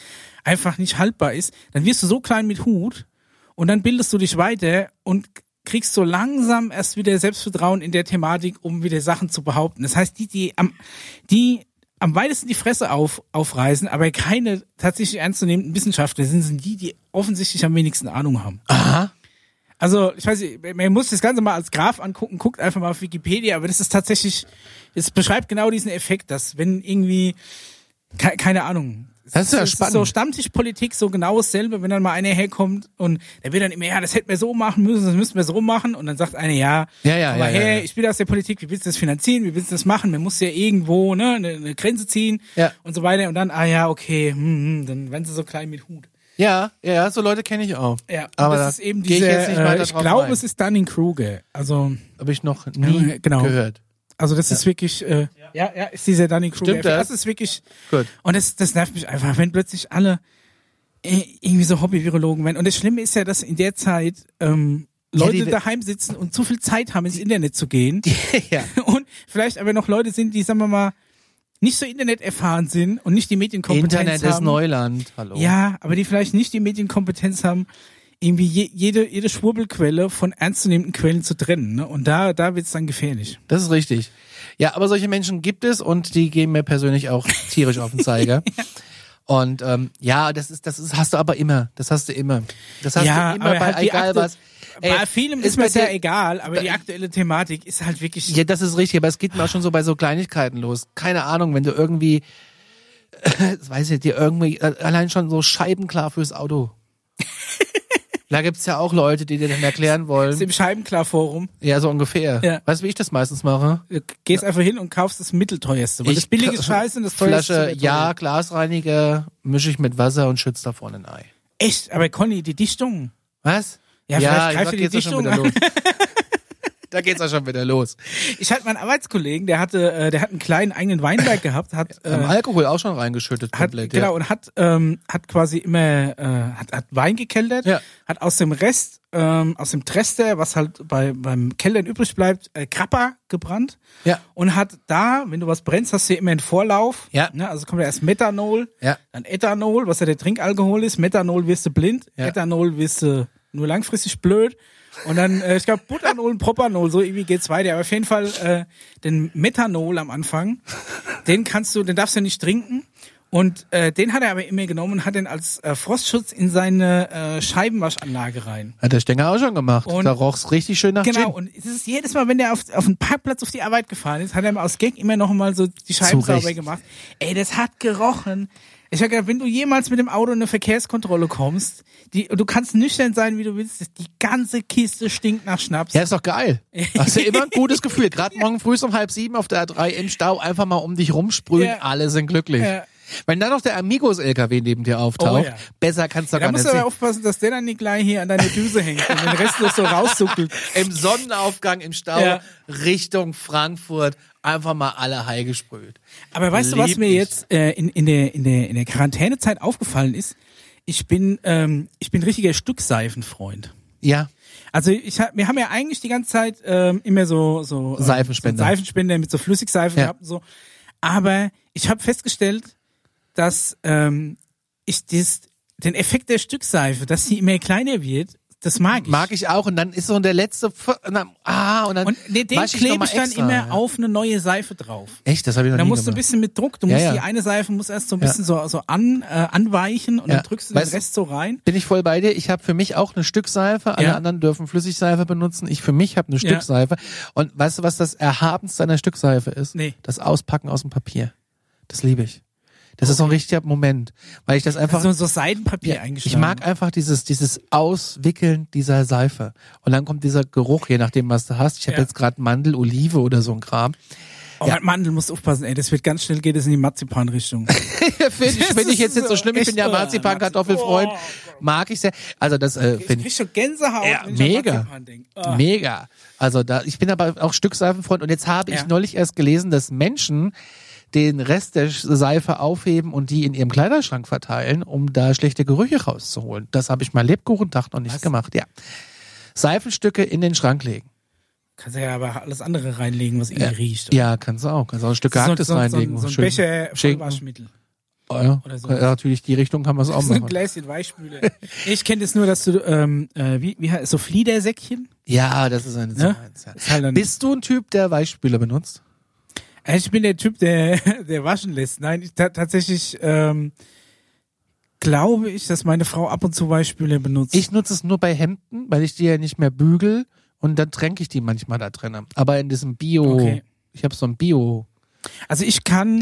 einfach nicht haltbar ist, dann wirst du so klein mit Hut und dann bildest du dich weiter und kriegst so langsam erst wieder Selbstvertrauen in der Thematik, um wieder Sachen zu behaupten. Das heißt, die, die am, die am weitesten die Fresse auf, aufreißen, aber keine tatsächlich ernstzunehmenden Wissenschaftler sind, sind die, die offensichtlich am wenigsten Ahnung haben. Aha. Also, ich weiß nicht, man muss das Ganze mal als Graph angucken, guckt einfach mal auf Wikipedia, aber das ist tatsächlich, es beschreibt genau diesen Effekt, dass wenn irgendwie, ke keine Ahnung. Das ist ja Es spannend. so Stammtischpolitik, so genau dasselbe, wenn dann mal einer herkommt und der will dann immer, ja, das hätten wir so machen müssen, das müssten wir so machen und dann sagt einer, ja, Ja, ja, komm mal ja, ja, her, ja. ich will aus der Politik, wie willst du das finanzieren, wie willst du das machen, man muss ja irgendwo ne, eine, eine Grenze ziehen Ja. und so weiter und dann, ah ja, okay, hm, hm, dann werden sie so klein mit Hut. Ja, ja, so Leute kenne ich auch. Ja, aber das da ist eben geh diese, ich jetzt nicht weiter äh, ich drauf glaube, ein. es ist Dunning-Kruger. Also, Habe ich noch nie Ja, genau. gehört. also das ist wirklich, äh, ja, ja, ist dieser Dunning-Kruger. Stimmt das? Das ist wirklich, *laughs* Gut. und das, das nervt mich einfach, wenn plötzlich alle äh, irgendwie so Hobby-Virologen werden. Und das Schlimme ist ja, dass in der Zeit ähm, Ja, Leute die- daheim sitzen und zu viel Zeit haben, ins Internet zu gehen. ja. Und vielleicht aber noch Leute sind, die, sagen wir mal, nicht so Internet erfahren sind und nicht die Medienkompetenz Internet haben. ist Neuland. Hallo. Ja, aber die vielleicht nicht die Medienkompetenz haben, irgendwie je, jede, jede Schwurbelquelle von ernstzunehmenden Quellen zu trennen. Ne? Und da, da wird's dann gefährlich. Das ist richtig. Ja, aber solche Menschen gibt es und die gehen mir persönlich auch tierisch auf den *laughs* Zeiger. Und ähm, ja, das ist, das ist, hast du aber immer. Das hast du immer. Das hast Ja, du immer aber bei halt die egal Akte- was. bei vielem ist, bei mir sehr der- egal, aber die aktuelle Thematik ist halt wirklich. Ja, das ist richtig, aber es geht mir auch schon so bei so Kleinigkeiten los. Keine Ahnung, wenn du irgendwie, das weiß ich, dir irgendwie äh, allein schon so scheibenklar fürs *laughs* Auto. da gibt's ja auch Leute, die dir dann erklären Ist wollen. im Scheibenklar-Forum. Ja, so ungefähr. Ja. Weißt du, wie ich das meistens mache? Du gehst einfach hin und kaufst das mittelteuerste. Weil Ich das billige ka- ist scheiße und das teuerste ist Flasche, der ja, teure. Glasreiniger, mische ich mit Wasser und schütze da vorne ein Ei. Echt, aber Conny, die Dichtung. Was? Ja, vielleicht greift da ihr die geht's ja schon wieder Dichtung los. *laughs* da geht's ja schon wieder los. Ich hatte meinen Arbeitskollegen, der hatte, äh, der hat einen kleinen eigenen Weinberg gehabt, hat, Haben äh, Alkohol auch schon reingeschüttet hat komplett. genau ja. und hat, ähm, hat quasi immer, äh, hat, hat Wein gekeltert, Ja. hat aus dem Rest, ähm, aus dem Trester, was halt bei beim Kellern übrig bleibt, äh, Krapper gebrannt ja. und hat da, wenn du was brennst, hast du ja immer einen Vorlauf. Ja. Ne? Also kommt ja erst Methanol, Ja. dann Ethanol, was ja der Trinkalkohol ist. Methanol wirst du blind, Ja. Ethanol wirst du nur langfristig blöd. Und dann, äh, ich glaube, Butanol und Propanol, so irgendwie geht's weiter. Aber auf jeden Fall äh, den Methanol am Anfang, den kannst du, den darfst du nicht trinken. Und äh, den hat er aber immer genommen und hat den als äh, Frostschutz in seine äh, Scheibenwaschanlage rein. Hat der Stenger auch schon gemacht. Und- da roch's richtig schön nach Genau, Gin. und es ist jedes Mal, wenn der auf, auf den Parkplatz auf die Arbeit gefahren ist, hat er mal aus Gag immer noch mal so die Scheiben Zu Recht. sauber gemacht. Ey, das hat gerochen. Ich hab gedacht, wenn du jemals mit dem Auto in eine Verkehrskontrolle kommst, die, du kannst nüchtern sein, wie du willst, die ganze Kiste stinkt nach Schnaps. Ja, ist doch geil. Hast du immer ein *laughs* gutes Gefühl. Gerade morgen früh um halb sieben auf der A3 im Stau einfach mal um dich rumsprühen. Ja. Alle sind glücklich. Ja. Wenn dann noch der Amigos-LKW neben dir auftaucht, Oh ja. besser kannst du da gar nicht musst du aber sehen. aufpassen, dass der dann nicht gleich hier an deine Düse hängt und den Rest noch *laughs* so rauszuckelt. Im Sonnenaufgang, im Stau, Ja. Richtung Frankfurt, einfach mal alle high gesprüht. Aber weißt du, was Lieb mir ich. jetzt äh, in, in, der, in, der, in der Quarantänezeit aufgefallen ist? Ich bin, ähm, ich bin richtiger Stückseifenfreund. Ja, Also ich hab, wir haben ja eigentlich die ganze Zeit ähm, immer so so ähm, Seifenspender. so Seifenspender mit so Flüssigseife Ja. gehabt und so. Aber ich habe festgestellt, dass ähm, ich dies, den Effekt der Stückseife, dass sie immer kleiner wird, das mag ich. mag ich auch. Und dann ist so der letzte, Pf und dann, ah, und dann und nee, den wasch noch klebe mal ich dann extra. immer Ja. auf eine neue Seife drauf. Echt, das habe ich noch Da nie musst du ein gemacht. bisschen mit Druck, du Ja, musst ja. die eine Seife muss erst so ein Ja. bisschen so, so an, äh, anweichen und Ja. dann drückst du Weißt- den Rest so rein. Bin ich voll bei dir. Ich habe für mich auch eine Stückseife. Alle Ja. anderen dürfen Flüssigseife benutzen. Ich für mich habe eine Ja. Stückseife. Und weißt du, was das Erhabenste einer Stückseife ist? Nee. Das Auspacken aus dem Papier. Das liebe ich. Das ist so ein richtiger Moment, weil ich das einfach. So, so Ja, Seidenpapier ich eingeschlagen. mag einfach dieses, dieses Auswickeln dieser Seife. Und dann kommt dieser Geruch, je nachdem, was du hast. Ich habe Ja. jetzt gerade Mandel, Olive oder so ein Kram. *laughs* Oh, Mandel musst du aufpassen, ey, das wird ganz schnell geht es in die Marzipanrichtung. Finde ich, find ich jetzt nicht so schlimm. Ich Echt, bin ja oder? Marzipan-Kartoffelfreund. Oh Mag ich sehr. Also das äh, Ich finde krieg schon Gänsehaut, Ja, wenn ich an mega. Marzipan denk. Ah. Mega. Also da, ich bin aber auch Stückseifenfreund und jetzt habe ich Ja. neulich erst gelesen, dass Menschen den Rest der Sch- Seife aufheben und die in ihrem Kleiderschrank verteilen, um da schlechte Gerüche rauszuholen. Das habe ich mal Lebkuchentag noch nicht gemacht, ja. Seifenstücke in den Schrank legen. Kannst ja aber alles andere reinlegen, was irgendwie riecht. Ja, kannst du auch. Kannst auch ein Stück so, gehacktes so, reinlegen. So, so ein Schön Becher voll Schinken. Waschmittel. Oh, ja. oder so. ja, natürlich, die Richtung kann man es auch *laughs* So ein machen. Gläschen Weichspüle. ich kenne das nur, dass du, ähm, äh, wie, wie heißt so Fliedersäckchen? Ja, das ist eine Ne? ja? ja. Ist halt dann- Bist du ein Typ, der Weichspüler benutzt? Äh, Ich bin der Typ, der, *laughs* der waschen lässt. Nein, ich, ta tatsächlich ähm, glaube ich, dass meine Frau ab und zu Weichspüle benutzt. Ich nutze es nur bei Hemden, weil ich die ja nicht mehr bügel und dann tränke ich die manchmal da drin. Aber in diesem Bio, Okay. ich habe so ein Bio-Dings. also ich kann.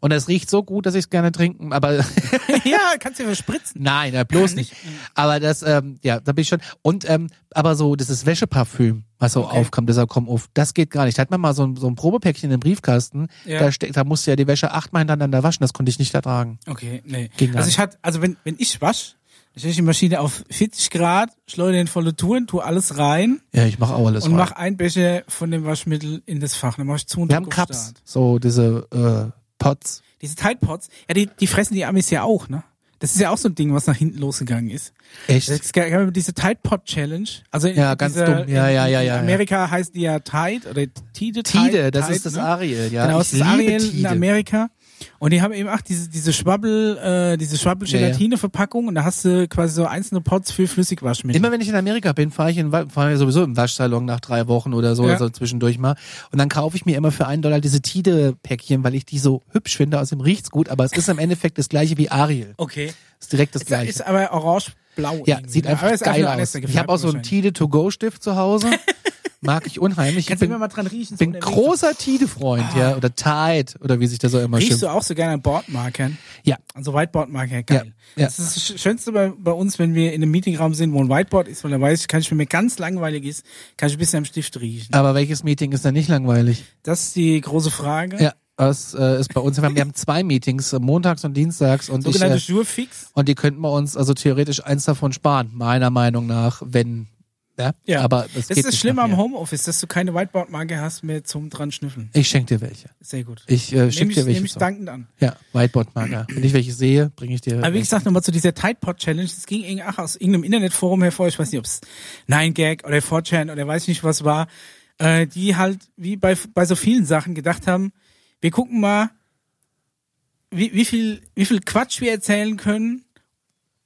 Und das riecht so gut, dass ich es gerne trinken, aber *laughs* *laughs* ja, kannst du verspritzen. nein, ja, bloß Kann nicht. Aber das, ähm, ja, da bin ich schon. Und ähm, aber so, das ist Wäscheparfüm, was so Okay. aufkommt, dieser komm auf, das geht gar nicht. Da hat man mal so ein, so ein Probepäckchen im Briefkasten, Ja. da steckt, da musst du ja die Wäsche achtmal hintereinander waschen, das konnte ich nicht ertragen. Okay, nee. Ging gar also ich hatte, also wenn, wenn ich wasch, stelle ich die Maschine auf 40 Grad, schleudere in volle Touren, tue alles rein Ja, ich mache auch alles. und rein. mach ein Becher von dem Waschmittel in das Fach. Dann mach ich zu und Wir haben drück auf Cups, Start. so diese äh, Pots. Diese Tide Pods, ja, die, die fressen die Amis ja auch, ne? Das ist ja auch so ein Ding, was nach hinten losgegangen ist. Echt? Das gab diese Tide Pod Challenge. Also in- Ja, in ganz dieser, dumm. Ja, in- ja, ja, in ja, ja. Amerika heißen die ja Tide oder Tide. Tide, Tide, das Tide, ist das ne? Ariel, ja. genau, ich es ist liebe Ariel in Tide. Amerika. Und die haben eben auch diese, diese Schwabbel, äh, diese Schwabbel-Gelatine-Verpackung und da hast du quasi so einzelne Pots für Flüssigwaschmittel. Immer wenn ich in Amerika bin, fahre ich, in Wa- fahr ich sowieso im Waschsalon nach drei Wochen oder so, Ja. also zwischendurch mal. Und dann kaufe ich mir immer für einen Dollar diese Tide-Päckchen, weil ich die so hübsch finde, außerdem riecht's gut, aber es ist im Endeffekt das gleiche wie Ariel. Okay. Ist direkt das Ist, gleiche. ist aber orange blau. Ja, irgendwie. ne? sieht einfach Aber ist geil einfach aus. alles Ich habe auch so einen wahrscheinlich. Tide-to-go-Stift zu *laughs* Hause. Mag ich unheimlich. Ich Kannst du immer bin, mal dran riechen? so bin unterwegs. *laughs* großer Tide-Freund, ja. Oder Tide, oder wie sich das auch immer Ah. Riechst schimpft. du auch so gerne an Bordmarkern? Ja. An so Whiteboard-Marker, geil. Ja, ja. Das ist das Sch- Schönste bei, bei uns, wenn wir in einem Meetingraum sind, wo ein Whiteboard ist, weil da weiß ich, kann ich, wenn mir ganz langweilig ist, kann ich ein bisschen am Stift riechen. Aber welches Meeting ist denn nicht langweilig? Das ist die große Frage. Ja, das äh, ist bei uns. Wir haben, wir haben zwei Meetings, äh, montags und dienstags. Und ich, Sogenannte äh, Jurfix. Und die könnten wir uns also theoretisch eins davon sparen, meiner Meinung nach, wenn. Ne? Ja. Aber es Das geht ist nicht das Schlimme nach mir. am Homeoffice, dass du keine Whiteboard-Marke hast mehr zum dran schnüffeln. Ich schenke dir welche. Sehr gut. Ich äh, Nehme schenke ich, dir nehm welche. ich zu. dankend an. Ja, Whiteboard-Marker. Wenn ich welche sehe, bringe ich dir. Aber wie welche. gesagt, nochmal zu dieser Tidepod-Challenge. Das ging irgend- ach, aus irgendeinem Internetforum hervor. Ich weiß nicht, ob es 9gag oder 4chan oder weiß nicht was war. Äh, die halt, wie bei, bei so vielen Sachen, gedacht haben, wir gucken mal, wie, wie, viel, wie viel Quatsch wir erzählen können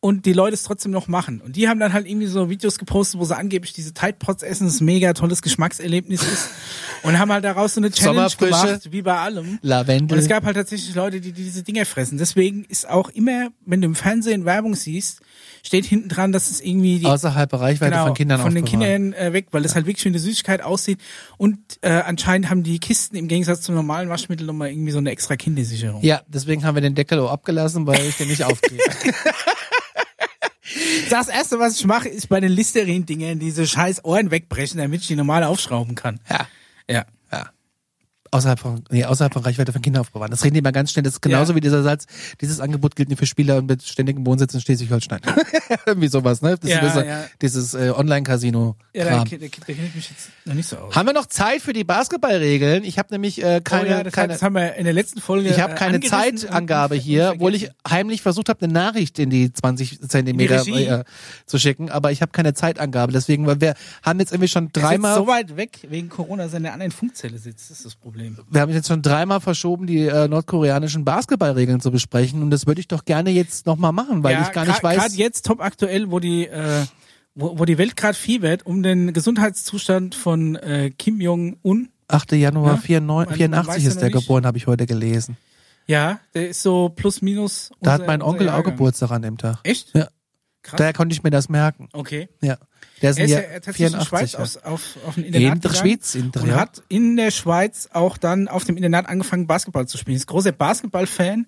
und die Leute es trotzdem noch machen. Und die haben dann halt irgendwie so Videos gepostet, wo sie angeblich diese Tidepods essen, das mega tolles Geschmackserlebnis ist. Und haben halt daraus so eine Challenge Sommerfrische. gemacht, wie bei allem. Lavendel. Und es gab halt tatsächlich Leute, die, die diese Dinger fressen. Deswegen ist auch immer, wenn du im Fernsehen Werbung siehst, steht hinten dran, dass es irgendwie die Außerhalb der Reichweite genau, von Kindern von den aufbewahren. Kindern äh, weg, weil das halt wirklich wie eine Süßigkeit aussieht. Und äh, anscheinend haben die Kisten im Gegensatz zum normalen Waschmittel nochmal irgendwie so eine extra Kindersicherung. Ja, deswegen haben wir den Deckel auch abgelassen, weil ich den nicht *laughs* aufgehe. Das erste, was ich mache, ist bei den Listerin-Dingern diese scheiß Ohren wegbrechen, damit ich die normal aufschrauben kann. ja. Ja. Außerhalb von, nee, außerhalb von Reichweite von Kindern aufbewahren. Das reden die immer ganz schnell. Das ist genauso Ja. wie dieser Satz, dieses Angebot gilt nur für Spieler und mit ständigem Wohnsitz in Schleswig-Holstein. *laughs* Irgendwie sowas, ne? Das Ja, ist ja. dieses äh, Online-Casino-Kram. Ja, da, da, da kenne ich mich jetzt noch nicht so aus. Haben wir noch Zeit für die Basketballregeln? Ich habe nämlich äh, keine, oh ja, das, keine, das haben wir in der letzten Folge. ich habe äh, keine angerissen und Zeitangabe nicht hier, obwohl ich vergessen. heimlich versucht habe, eine Nachricht in die 20 Zentimeter Die Regie. äh, zu schicken, aber ich habe keine Zeitangabe. Deswegen, weil wir haben jetzt irgendwie schon Er sitzt dreimal, so weit weg wegen Corona, dass er in einer anderen Funkzelle sitzt. Das ist das Problem. wir haben jetzt schon dreimal verschoben, die äh, nordkoreanischen Basketballregeln zu besprechen und das würde ich doch gerne jetzt nochmal machen, weil ich gar nicht Gerade weiß. jetzt top aktuell, wo die, äh, wo, wo die Welt gerade fiebert um den Gesundheitszustand von äh, Kim Jong-un. 8. Januar Ja, 94, man- man 84 weiß ist ja der noch nicht. geboren, habe ich heute gelesen. Ja, der ist so plus minus. Da unser- hat mein unser Onkel auch Jahrgang. Geburtstag an dem Tag. Echt? Ja. Krass. Daher konnte ich mir das merken. okay. Ja. Der ist, Er ein ist ja Jahr tatsächlich in der 84. Schweiz ja. aus, auf, auf ein Internat In der gegangen Schweiz, in der und ja. hat in der Schweiz auch dann auf dem Internat angefangen, Basketball zu spielen. Ist großer Basketball-Fan.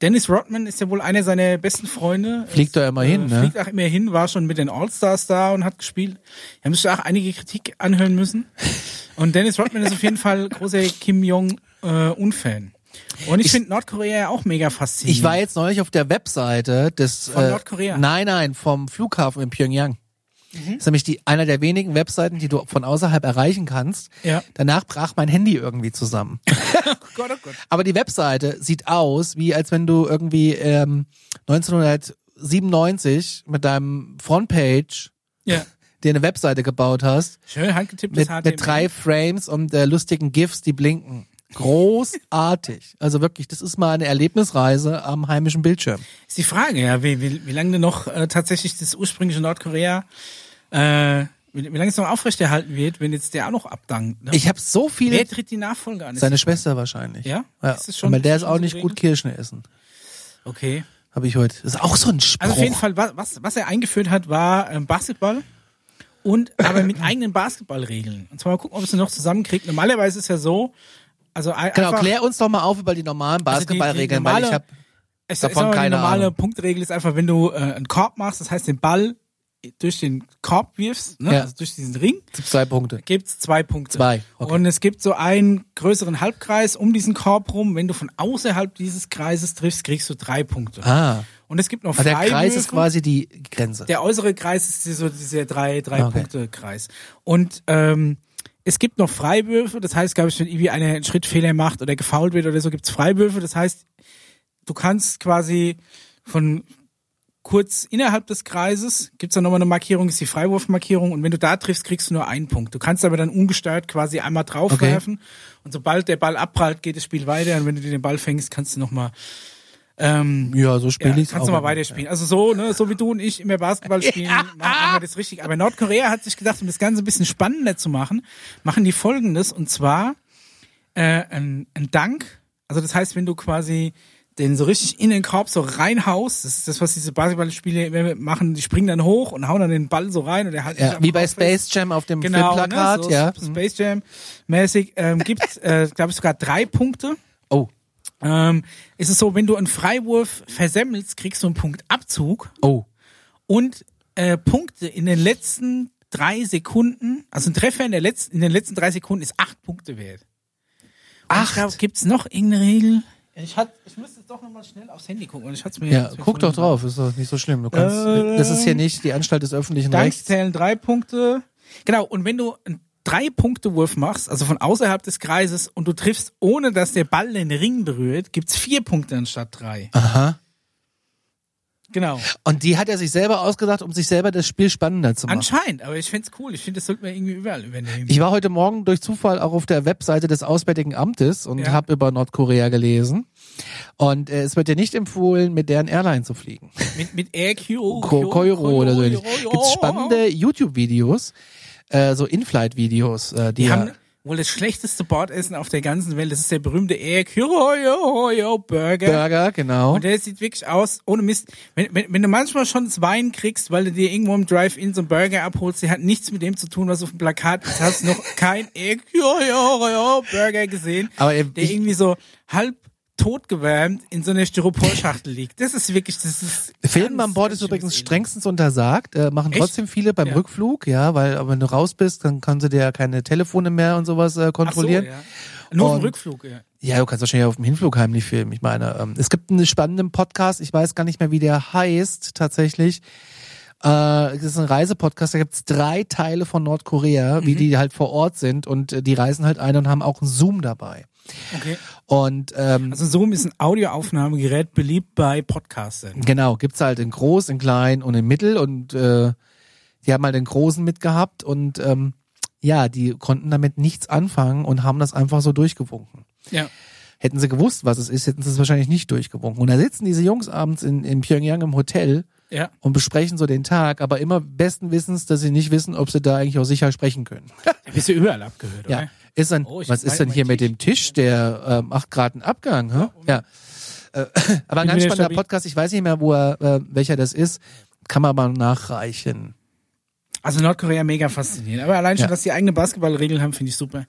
Dennis Rodman ist ja wohl einer seiner besten Freunde. Fliegt Ist, da immer hin, ne? Fliegt auch immer hin, war schon mit den All-Stars da und hat gespielt. Er müsste auch einige Kritik anhören *laughs* müssen. Und Dennis Rodman ist auf jeden Fall großer Kim Jong-un-Fan. und ich, finde Nordkorea ja auch mega faszinierend. Ich war jetzt neulich auf der Webseite des Mhm. Von äh, Nordkorea? Mhm. Nein, nein, vom Flughafen in Pyongyang. Das ist nämlich die einer der wenigen Webseiten, die du von außerhalb erreichen kannst. Ja. Danach brach mein Handy irgendwie zusammen. oh Gott, oh Gott. Aber die Webseite sieht aus, wie als wenn du irgendwie ähm, 1997 mit deinem Frontpage Ja. dir eine Webseite gebaut hast Schön handgetipptes mit, mit drei Frames und äh, lustigen GIFs, die blinken. Großartig. also wirklich, das ist mal eine Erlebnisreise am heimischen Bildschirm. Ist die Frage, ja, wie, wie, wie lange denn noch äh, tatsächlich das ursprüngliche Nordkorea, äh, wie, wie lange es noch aufrechterhalten wird, wenn jetzt der auch noch abdankt. Ne? Ich habe so viele Wer tritt die Nachfolge an? Ist Seine das- Schwester wahrscheinlich. Ja? ja. Ist es schon- Aber der ist schon auch so nicht gut Kirschen essen. Okay. Habe ich heute. Das ist auch so ein Spruch. Also auf jeden Fall, wa- was, was er eingeführt hat, war ähm, Basketball. Und *laughs* aber mit eigenen Basketballregeln. Und zwar mal gucken, ob es noch zusammenkriegt. Normalerweise ist ja so, also ein- Genau, einfach, klär uns doch mal auf über die normalen Also die- die Basketballregeln, weil ich normale- habe Ich, Davon ich sag mal, keine die normale Ahnung. Punktregel ist einfach, wenn du äh, einen Korb machst, das heißt den Ball durch den Korb wirfst, ne? Ja. also durch diesen Ring, zwei Punkte. gibt's zwei Punkte. Zwei, okay. Und es gibt so einen größeren Halbkreis um diesen Korb rum. Wenn du von außerhalb dieses Kreises triffst, kriegst du drei Punkte. Ah, Und es gibt noch also der Kreis ist Freiwürfe. quasi die Grenze. Der äußere Kreis ist so dieser drei, drei Okay. Punkte Kreis. Und ähm, es gibt noch Freiwürfe, das heißt, glaube ich, wenn irgendwie einer einen Schrittfehler macht oder gefault wird oder so, gibt's Freiwürfe. Das heißt, du kannst quasi von kurz innerhalb des Kreises gibt's dann nochmal eine Markierung, ist die Freiwurfmarkierung und wenn du da triffst, kriegst du nur einen Punkt. Du kannst aber dann ungesteuert quasi einmal draufwerfen und sobald der Ball abprallt, geht das Spiel weiter und wenn du dir den Ball fängst, kannst du nochmal ähm, Hm, ja, so spiele ja, ich's kannst du auch mal immer. weiterspielen. Also so, ne, so wie du und ich immer Basketball spielen, machen wir das richtig. Aber Nordkorea hat sich gedacht, um das Ganze ein bisschen spannender zu machen, machen die folgendes und zwar äh, ein, ein Dank. Also das heißt, wenn du quasi den so richtig in den Korb so reinhaust. Das ist das, was diese Basketballspieler immer machen. Die springen dann hoch und hauen dann den Ball so rein und er hat Ja, wie bei Space Jam auf dem genau, Filmplakat, ne, so ja. Space Jam mäßig ähm, gibt, äh, glaube ich sogar drei Punkte. Oh, Ähm, ist es so, wenn du einen Freiwurf versemmelst, kriegst du einen Punkt Abzug oh. und äh, Punkte in den letzten drei Sekunden, also ein Treffer in, der letzten, in den letzten drei Sekunden ist acht Punkte wert. Acht? Gibt es noch irgendeine Regel? Ich, hat, ich müsste jetzt doch nochmal schnell aufs Handy gucken. Und ich hat's mir Ja, hat's mir guck doch vorhin- drauf, ist doch nicht so schlimm. Du kannst, Äh, das ist hier nicht die Anstalt des öffentlichen Dunks Rechts. zählen drei Punkte. Genau, und wenn du einen Drei-Punkte-Wurf machst, also von außerhalb des Kreises, und du triffst, ohne dass der Ball den Ring berührt, gibt's vier Punkte anstatt drei. Aha. Genau. Und die hat er sich selber ausgedacht, um sich selber das Spiel spannender zu machen. Anscheinend, aber ich find's cool. Ich finde, das sollten wir irgendwie überall übernehmen. Ich war heute Morgen durch Zufall auch auf der Webseite des Auswärtigen Amtes und Ja. habe über Nordkorea gelesen. Und äh, es wird dir nicht empfohlen, mit deren Airline zu fliegen. mit, mit AQ, Ko Koiro oder so ähnlich. Gibt spannende YouTube-Videos, äh, so In-Flight-Videos, äh, die, Die ja, haben wohl das schlechteste Bordessen auf der ganzen Welt. Das ist der berühmte AQ Burger. Burger, genau. Und der sieht wirklich aus, ohne Mist. Wenn, wenn, wenn du manchmal schon das Wein kriegst, weil du dir irgendwo im Drive-In so einen Burger abholst, der hat nichts mit dem zu tun, was auf dem Plakat ist. Hast noch kein Burger gesehen, Aber äh, der ich irgendwie so halb totgewärmt in so einer Styroporschachtel liegt. Das ist wirklich, das ist. Filmen ganz, an Bord ganz ist übrigens schlimmes strengstens untersagt, äh, machen Echt? trotzdem viele beim Ja. Rückflug, ja, weil aber wenn du raus bist, dann kannst du dir ja keine Telefone mehr und sowas äh, Elend. Ach so, kontrollieren. ja. Nur im Und- Rückflug, ja. Ja, du kannst wahrscheinlich auf dem Hinflug heimlich filmen. Ich meine, ähm, es gibt einen spannenden Podcast, ich weiß gar nicht mehr, wie der heißt tatsächlich. Äh, es ist ein Reisepodcast, da gibt's drei Teile von Nordkorea, wie die halt vor Ort sind und äh, die reisen halt ein und haben auch einen Zoom dabei. Okay. Und ähm, Also Zoom ist ein Audioaufnahmegerät, beliebt bei Podcastern. genau, gibt's halt in groß, in klein und in mittel und äh, die haben halt den großen mitgehabt und ähm, ja, die konnten damit nichts anfangen und haben das einfach so durchgewunken. Ja. Hätten sie gewusst, was es ist, hätten sie es wahrscheinlich nicht durchgewunken. Und da sitzen diese Jungs abends in, in Pyongyang im Hotel Ja. und besprechen so den Tag, aber immer besten Wissens, dass sie nicht wissen, ob sie da eigentlich auch sicher sprechen können. Da bist du überall abgehört, oder? Ja. Ist dann, Oh, ich was hab ist denn mein- hier mein mit dem Tisch? Der äh, macht gerade einen Abgang, hä? Ja. Äh, *laughs* aber ein ganz Ich bin ja spannender stabil. Podcast, ich weiß nicht mehr, wo er, äh, welcher das ist. Kann man mal nachreichen. Also Nordkorea mega faszinierend. Aber allein schon, Ja. dass die eigene Basketballregeln haben, finde ich super.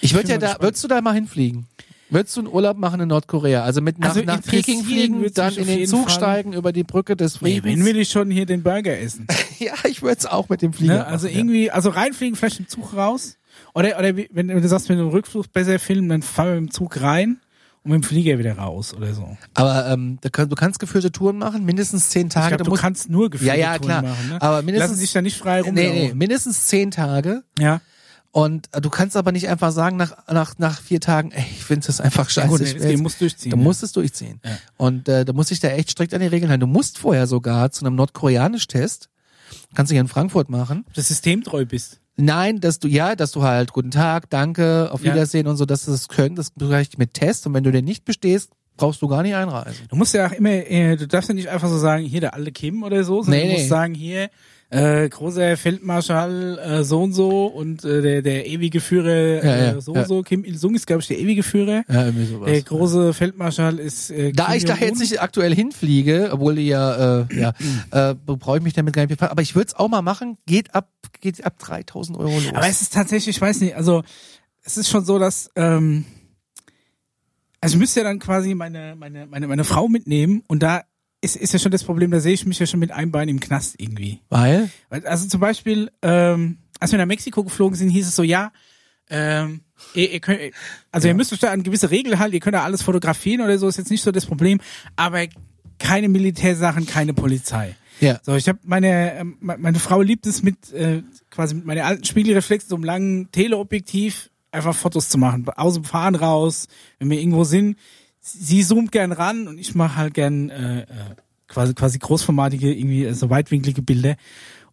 Ich bin würde ja mal da, gespannt. würdest du da mal hinfliegen? Würdest du einen Urlaub machen in Nordkorea? Also mit nach, Also nach Peking interessieren fliegen, würd's dann mich in auf den jeden Zug Fall. steigen, über die Brücke des Nee, Friedens. wenn will ich schon hier den Burger *laughs* essen. Ja, ich würde es auch mit dem Flieger. Ne? Also machen, irgendwie, also reinfliegen, vielleicht im Zug raus. Oder, oder wie- wenn, wenn du sagst, wenn du im Rückflug besser filmen, dann fahren wir im Zug rein und mit dem Flieger wieder raus oder so. ja. Aber ähm, da kann, du kannst geführte Touren machen, mindestens zehn Ich Tage. glaube, du du musst, kannst nur Gefühle Ja, ja, klar. machen. Ne? Aber mindestens- Lassen sich da nicht frei rum. nee, nee, mindestens zehn Tage. Ja. Und äh, du kannst aber nicht einfach sagen nach nach nach vier Tagen, ey, ich finde das einfach scheiße. gut, nee, ich das will Game jetzt- musst durchziehen, Du ja. musst es durchziehen. Und äh, da muss ich da echt strikt an die Regeln halten. Du musst vorher sogar zu einem Nordkoreanisch-Test, kannst du hier in Frankfurt machen. Ob du systemtreu bist. Nein, dass du ja, dass du halt guten Tag, danke, auf Ja. Wiedersehen und so, dass du das können, das bereich mit Test. Und wenn du den nicht bestehst, brauchst du gar nicht einreisen. Du musst ja auch immer, äh, du darfst ja nicht einfach so sagen, hier der alte Kim oder so, sondern Nee, du musst nee. sagen, hier äh, großer Feldmarschall äh, so und so und äh, der, der ewige Führer Ja, äh, ja, so ja. und so, Kim Il-sung ist, glaube ich, der ewige Führer. Ja, irgendwie sowas. Der große Feldmarschall ist äh, Da Kim ich da Jong-un. jetzt nicht aktuell hinfliege, obwohl die ja, äh, *clears throat* ja äh, brauche ich mich damit gar nicht befassen. Aber ich würde es auch mal machen. Geht ab, geht ab 3000 Euro los. Aber es ist tatsächlich, ich weiß nicht, also es ist schon so, dass ähm, also ich müsste ja dann quasi meine, meine, meine, meine Frau mitnehmen und da ist, ist ja schon das Problem, da sehe ich mich ja schon mit einem Bein im Knast irgendwie. Weil? Weil- Also zum Beispiel, ähm, als wir nach Mexiko geflogen sind, hieß es so, ja, ähm, ihr, ihr könnt, also ihr müsst euch da an gewisse Regeln halten, ihr könnt da alles fotografieren oder so, ist jetzt nicht so das Problem, aber keine Militärsachen, keine Polizei. Ja. So, ich habe meine, ähm, me- meine Frau liebt es mit äh, quasi mit meiner alten Spiegelreflex, so einem langen Teleobjektiv, einfach Fotos zu machen. Aus dem Fahren raus, wenn wir irgendwo sind. Sie zoomt gern ran und ich mache halt gern äh, äh, quasi, quasi großformatige, irgendwie äh, so weitwinklige Bilder.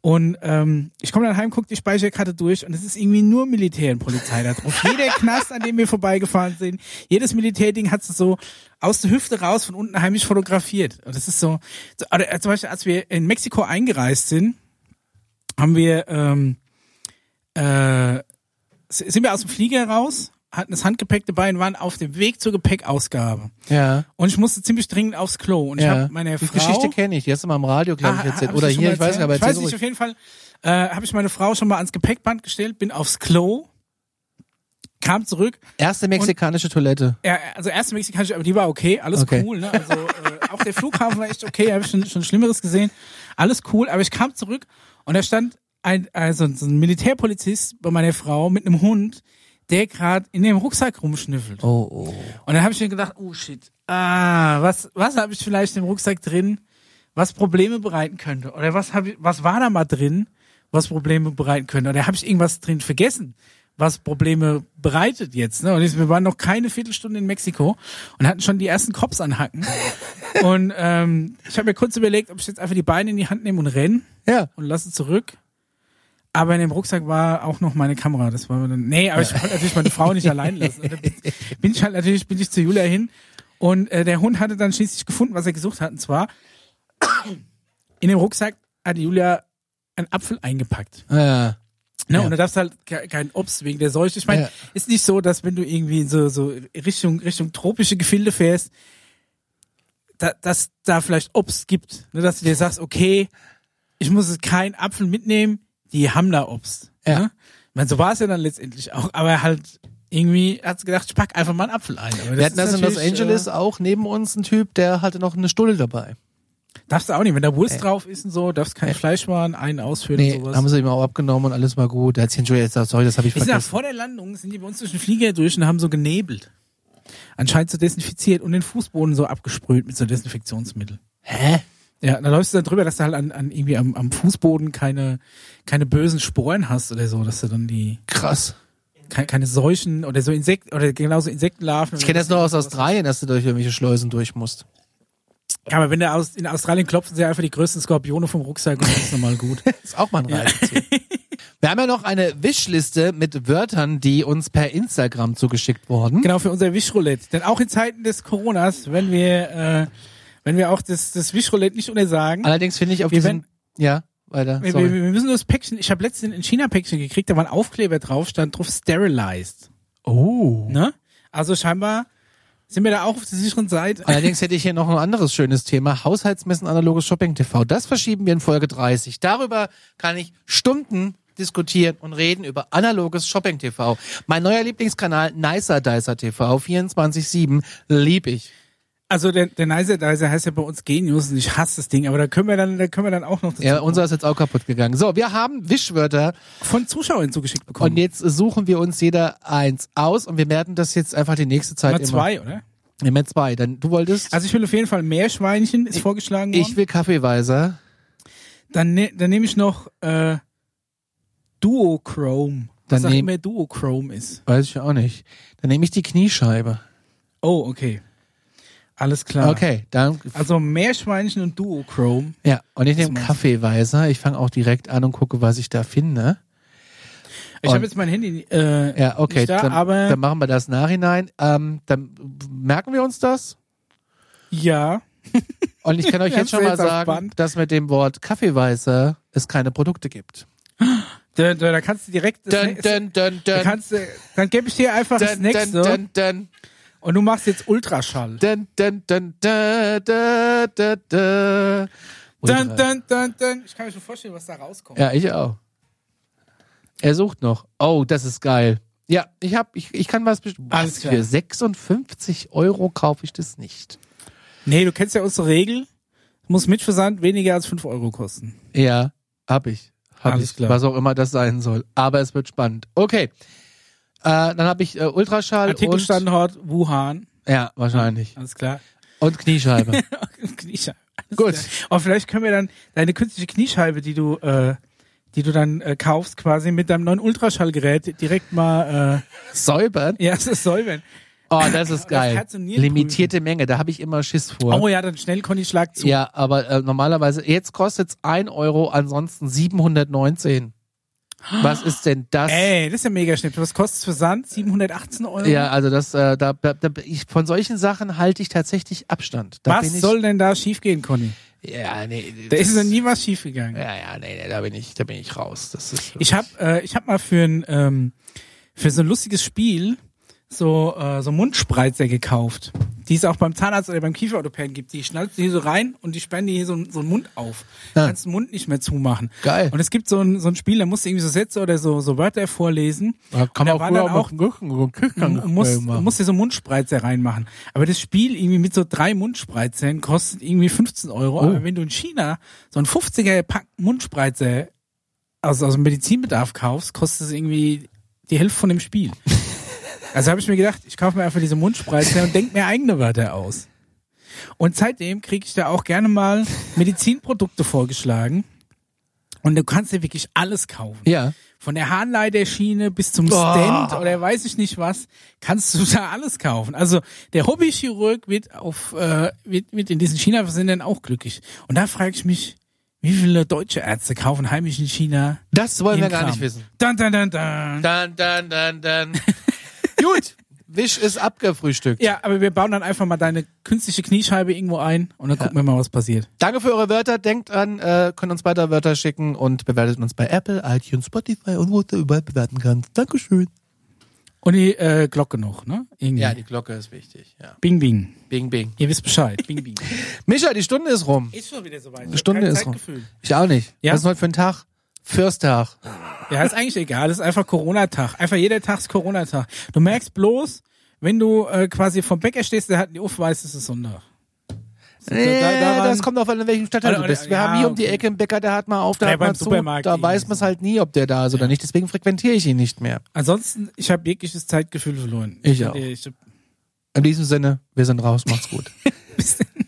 Und ähm, ich komme dann heim, gucke die Speicherkarte durch und es ist irgendwie nur Militär und Polizei da *laughs* drauf. Jeder Knast, an dem wir vorbeigefahren sind, jedes Militärding hat es so aus der Hüfte raus von unten heimlich fotografiert. Und das ist so, so oder, äh, zum Beispiel, als wir in Mexiko eingereist sind, haben wir ähm, äh, s- sind wir aus dem Flieger raus hatten das Handgepäck dabei und waren auf dem Weg zur Gepäckausgabe. Ja. Und ich musste ziemlich dringend aufs Klo. Und ich ja. habe meine die Frau. Geschichte kenne ich, die hast du mal im Radio, glaube Ah, ich, erzählt. hab Oder das schon hier, mal ich weiß nicht, erzählt? aber Ich weiß erzähl nicht, ruhig. auf jeden Fall äh, habe ich meine Frau schon mal ans Gepäckband gestellt, bin aufs Klo, kam zurück. Erste mexikanische Toilette. Ja, also erste mexikanische, aber die war okay, alles Okay. cool. Ne? Also äh, auch der Flughafen war echt okay, habe ich schon, schon Schlimmeres gesehen. Alles cool, aber ich kam zurück und da stand ein, also so ein Militärpolizist bei meiner Frau mit einem Hund, der gerade in dem Rucksack rumschnüffelt. Oh, oh. Und dann habe ich mir gedacht, oh shit, ah, was, was habe ich vielleicht im Rucksack drin, was Probleme bereiten könnte? Oder was, hab ich, was war da mal drin, was Probleme bereiten könnte? Oder habe ich irgendwas drin vergessen, was Probleme bereitet jetzt? Ne? Und ich, wir waren noch keine Viertelstunde in Mexiko und hatten schon die ersten Cops anhacken. und ähm, ich habe mir kurz überlegt, ob ich jetzt einfach die Beine in die Hand nehme und renne Ja. und lasse zurück. Aber in dem Rucksack war auch noch meine Kamera. Das war mir dann. Nee, aber ich wollte natürlich meine Frau nicht allein lassen. Und dann bin- bin ich halt natürlich, bin ich zu Julia hin. Und äh, der Hund hatte dann schließlich gefunden, was er gesucht hat. Und zwar in dem Rucksack hat Julia einen Apfel eingepackt. Ja. Ne? Ja. Und du darfst halt ke- kein Obst wegen der Seuche. Ich meine, Ja. ist nicht so, dass wenn du irgendwie so, so Richtung, Richtung tropische Gefilde fährst, da, dass da vielleicht Obst gibt. Ne? Dass du dir sagst, okay, ich muss jetzt keinen Apfel mitnehmen, die haben da Obst. Ja. Ne? Ich meine, so war es ja dann letztendlich auch. Aber halt irgendwie hat sie gedacht, ich pack einfach mal einen Apfel ein. Aber Wir hatten das ist in Los natürlich, Angeles Äh, auch neben uns einen Typ, der hatte noch eine Stulle dabei. darfst du auch nicht. Wenn da Wurst drauf ist und so, darfst kein Fleischwaren, einen ausführen Nee, und sowas. haben sie ihm auch abgenommen und alles war gut. Der hat sich entschuldigt, er sagt, sorry, das habe ich Ich sag, vergessen. vor der Landung sind die bei uns durch den Flieger durch und haben so genebelt. Anscheinend so desinfiziert und den Fußboden so abgesprüht mit so Desinfektionsmittel. Hä? Ja, da läufst du dann drüber, dass du halt an, an irgendwie am, am Fußboden keine, keine bösen Sporen hast oder so, dass du dann die Krass. keine, keine Seuchen oder so Insekten oder genauso Insektenlarven. Ich kenne das noch aus Australien, dass du durch irgendwelche Schleusen durch musst. Ja, aber wenn du aus, in Australien klopfen sie einfach die größten Skorpione vom Rucksack und das ist *laughs* nochmal gut. Ist auch mal ein Reiseziel. *laughs* Wir haben ja noch eine Wischliste mit Wörtern, die uns per Instagram zugeschickt wurden. Genau, für unser Wischroulette. Denn auch in Zeiten des Coronas, wenn wir, äh, wenn wir auch das, das Wischroulette nicht untersagen, Allerdings finde ich auf Wir diesen... Ja, weiter. Wir, wir, Sorry. wir müssen nur das Päckchen. Ich habe letztens ein China-Päckchen gekriegt, da waren Aufkleber drauf, stand drauf sterilized. Oh. Ne? Also scheinbar sind wir da auch auf der sicheren Seite. Allerdings hätte ich hier noch ein anderes schönes Thema. Haushaltsmessen analoges Shopping TV. Das verschieben wir in Folge 30. Darüber kann ich Stunden diskutieren und reden über analoges Shopping TV. Mein neuer Lieblingskanal Nicer Dicer TV 24/7 lieb ich. Also der, der Nicer Dicer heißt ja bei uns Genius und ich hasse das Ding, aber da können wir dann, da können wir dann auch noch dazu Ja, unser ist jetzt auch kaputt gegangen. So, wir haben Wischwörter von Zuschauern zugeschickt bekommen. und jetzt suchen wir uns jeder eins aus und wir werden das jetzt einfach die nächste Zeit Mal immer. zwei, oder? Immer zwei. Dann du wolltest. Also ich will auf jeden Fall Meerschweinchen, ist vorgeschlagen worden. ich will Kaffeeweiser. dann ne, dann nehme ich noch äh, Duochrome. Dann Was auch nehm- immer Duochrome ist. Weiß ich auch nicht. Dann nehme ich die Kniescheibe. Oh, okay. Alles klar. Okay, dann Also Meerschweinchen und Duochrome. Ja, und ich nehme meinst du? Kaffeeweiser. Ich fange auch direkt an und gucke, was ich da finde. Ich Und- habe jetzt mein Handy äh, Ja, okay, nicht da, dann, aber dann machen wir das nachhinein. Ähm, dann merken wir uns das. ja, Und ich *laughs* kann euch Wir jetzt schon mal haben's jetzt auf sagen, Band. dass mit dem Wort Kaffeeweißer es keine Produkte gibt. da, da, da kannst du direkt das Dun, nächste- dun, dun, Da dun, kannst du, dann gebe ich dir einfach das dun, nächste dun, dun, dun, und du machst jetzt Ultraschall. dun, dun, dun, dun, dun, dun, dun. Dun, Ultra. dun, dun, dun. Ich kann mir schon vorstellen, was da rauskommt. Ja, ich auch. Er sucht noch. Oh, das ist geil. Ja, ich hab, ich, ich kann was bestimmen. Alles Was, klar. Für 56 Euro kaufe ich das nicht. Nee, du kennst ja unsere Regel. Muss mit Versand weniger als 5 Euro kosten. Ja, hab ich. Hab Alles ich. klar. Was auch immer das sein soll. Aber es wird spannend. Okay. Äh, dann habe ich äh, Ultraschall und Artikelstandort Wuhan. ja wahrscheinlich Alles klar. *laughs* und Kniescheibe. Kniescheibe. Alles Gut. Klar. Aber vielleicht können wir dann deine künstliche Kniescheibe, die du, äh, die du dann äh, kaufst, quasi mit deinem neuen Ultraschallgerät direkt mal äh, *laughs* Säubern. Ja, es ist säubern. Oh, das ist geil. Herz und Nieren Limitierte Menge. Da habe ich immer Schiss vor. Oh ja, dann schnell Conny Schlag zu. ja, aber äh, normalerweise jetzt kostet's 1 Euro, ansonsten 719. Was ist denn das? Ey, das ist ja mega schnell. Was kostet Versand? 718 Euro? Ja, also das äh, da, da, da ich, von solchen Sachen halte ich tatsächlich Abstand. Da was bin ich, soll denn da schiefgehen, Conny? Ja, nee. Da ist ja das- nie was schiefgegangen. Ja, ja, nee, nee, da bin ich, da bin ich raus. Das ist Ich habe äh, ich hab mal für, ein, ähm, für so ein lustiges Spiel so, äh, so Mundspreizer gekauft, die es auch beim Zahnarzt oder beim Kieferorthopäden gibt. Die schnallst du hier so rein und die sperren dir hier so, einen- so einen Mund auf. Du Ja. kannst den Mund nicht mehr zumachen. Ah. Geil. Und es gibt so ein, so ein Spiel, da musst du irgendwie so Sätze oder so, so Wörter vorlesen. Da kann Und man da auch war früher dann Hm, auch einen Kickgang Du äh, musst, du machen. musst dir so Mundspreizer reinmachen. Aber das Spiel irgendwie mit so drei Mundspreizern kostet irgendwie 15 Euro. Aber wenn du in China so einen 50er-Pack Mundspreizer aus, aus dem Medizinbedarf kaufst, kostet es irgendwie die Hälfte von dem Spiel. also habe ich mir gedacht, ich kaufe mir einfach diese Mundspreizer und denk mir eigene Wörter aus. Und seitdem kriege ich da auch gerne mal Medizinprodukte vorgeschlagen. Und du kannst dir wirklich alles kaufen Ja. von der Harnleiterschiene bis zum Stand oder weiß ich nicht was, kannst du *laughs* da alles kaufen. Also der Hobbychirurg wird auf äh, wird, wird in diesen China-Versendern auch glücklich. Und da frage ich mich, wie viele deutsche Ärzte kaufen heimisch in China? Das wollen wir ihren gar Kram? nicht wissen. Dun, dun, dun, dun. Dann, dann, dann, *laughs* dann. Gut. Wisch ist abgefrühstückt. Ja, aber wir bauen dann einfach mal deine künstliche Kniescheibe irgendwo ein und dann gucken wir mal, was passiert. Danke für eure Wörter. Denkt an, äh, könnt uns weiter Wörter schicken und bewertet uns bei Apple, iTunes, Spotify und wo du überall bewerten kannst. Dankeschön. Und die äh, Glocke noch, ne? Irgendwie. Ja, die Glocke ist wichtig. Ja. Bing, bing. Bing, bing. Ihr *laughs* wisst Bescheid. Bing, bing. Micha, die Stunde ist rum. Ist schon wieder soweit. Die Stunde ist rum. Ich auch nicht. Ja? Was ist denn heute für ein Tag? Fürstag. Ja, ist eigentlich egal. ist einfach Corona-Tag. Einfach jeder Tag ist Corona-Tag. Du merkst bloß, wenn du äh, quasi vom Bäcker stehst, der hat die Uff weiß, es ist Sonntag. Nee, da- daran- Äh, das kommt auf an, in welchem Stadtteil Oder- du bist. oder- Wir ja, haben hier um die okay. Ecke einen Bäcker, der hat mal auf, der Ja, hat mal beim zu. Supermarkt Da irgendwie weiß man es so. halt nie, ob der da ist oder nicht. Deswegen frequentiere ich ihn nicht mehr. Ansonsten, ich habe jegliches Zeitgefühl verloren. Ich auch. Ich hab, *laughs* In diesem Sinne, wir sind raus. Macht's gut. bis dann.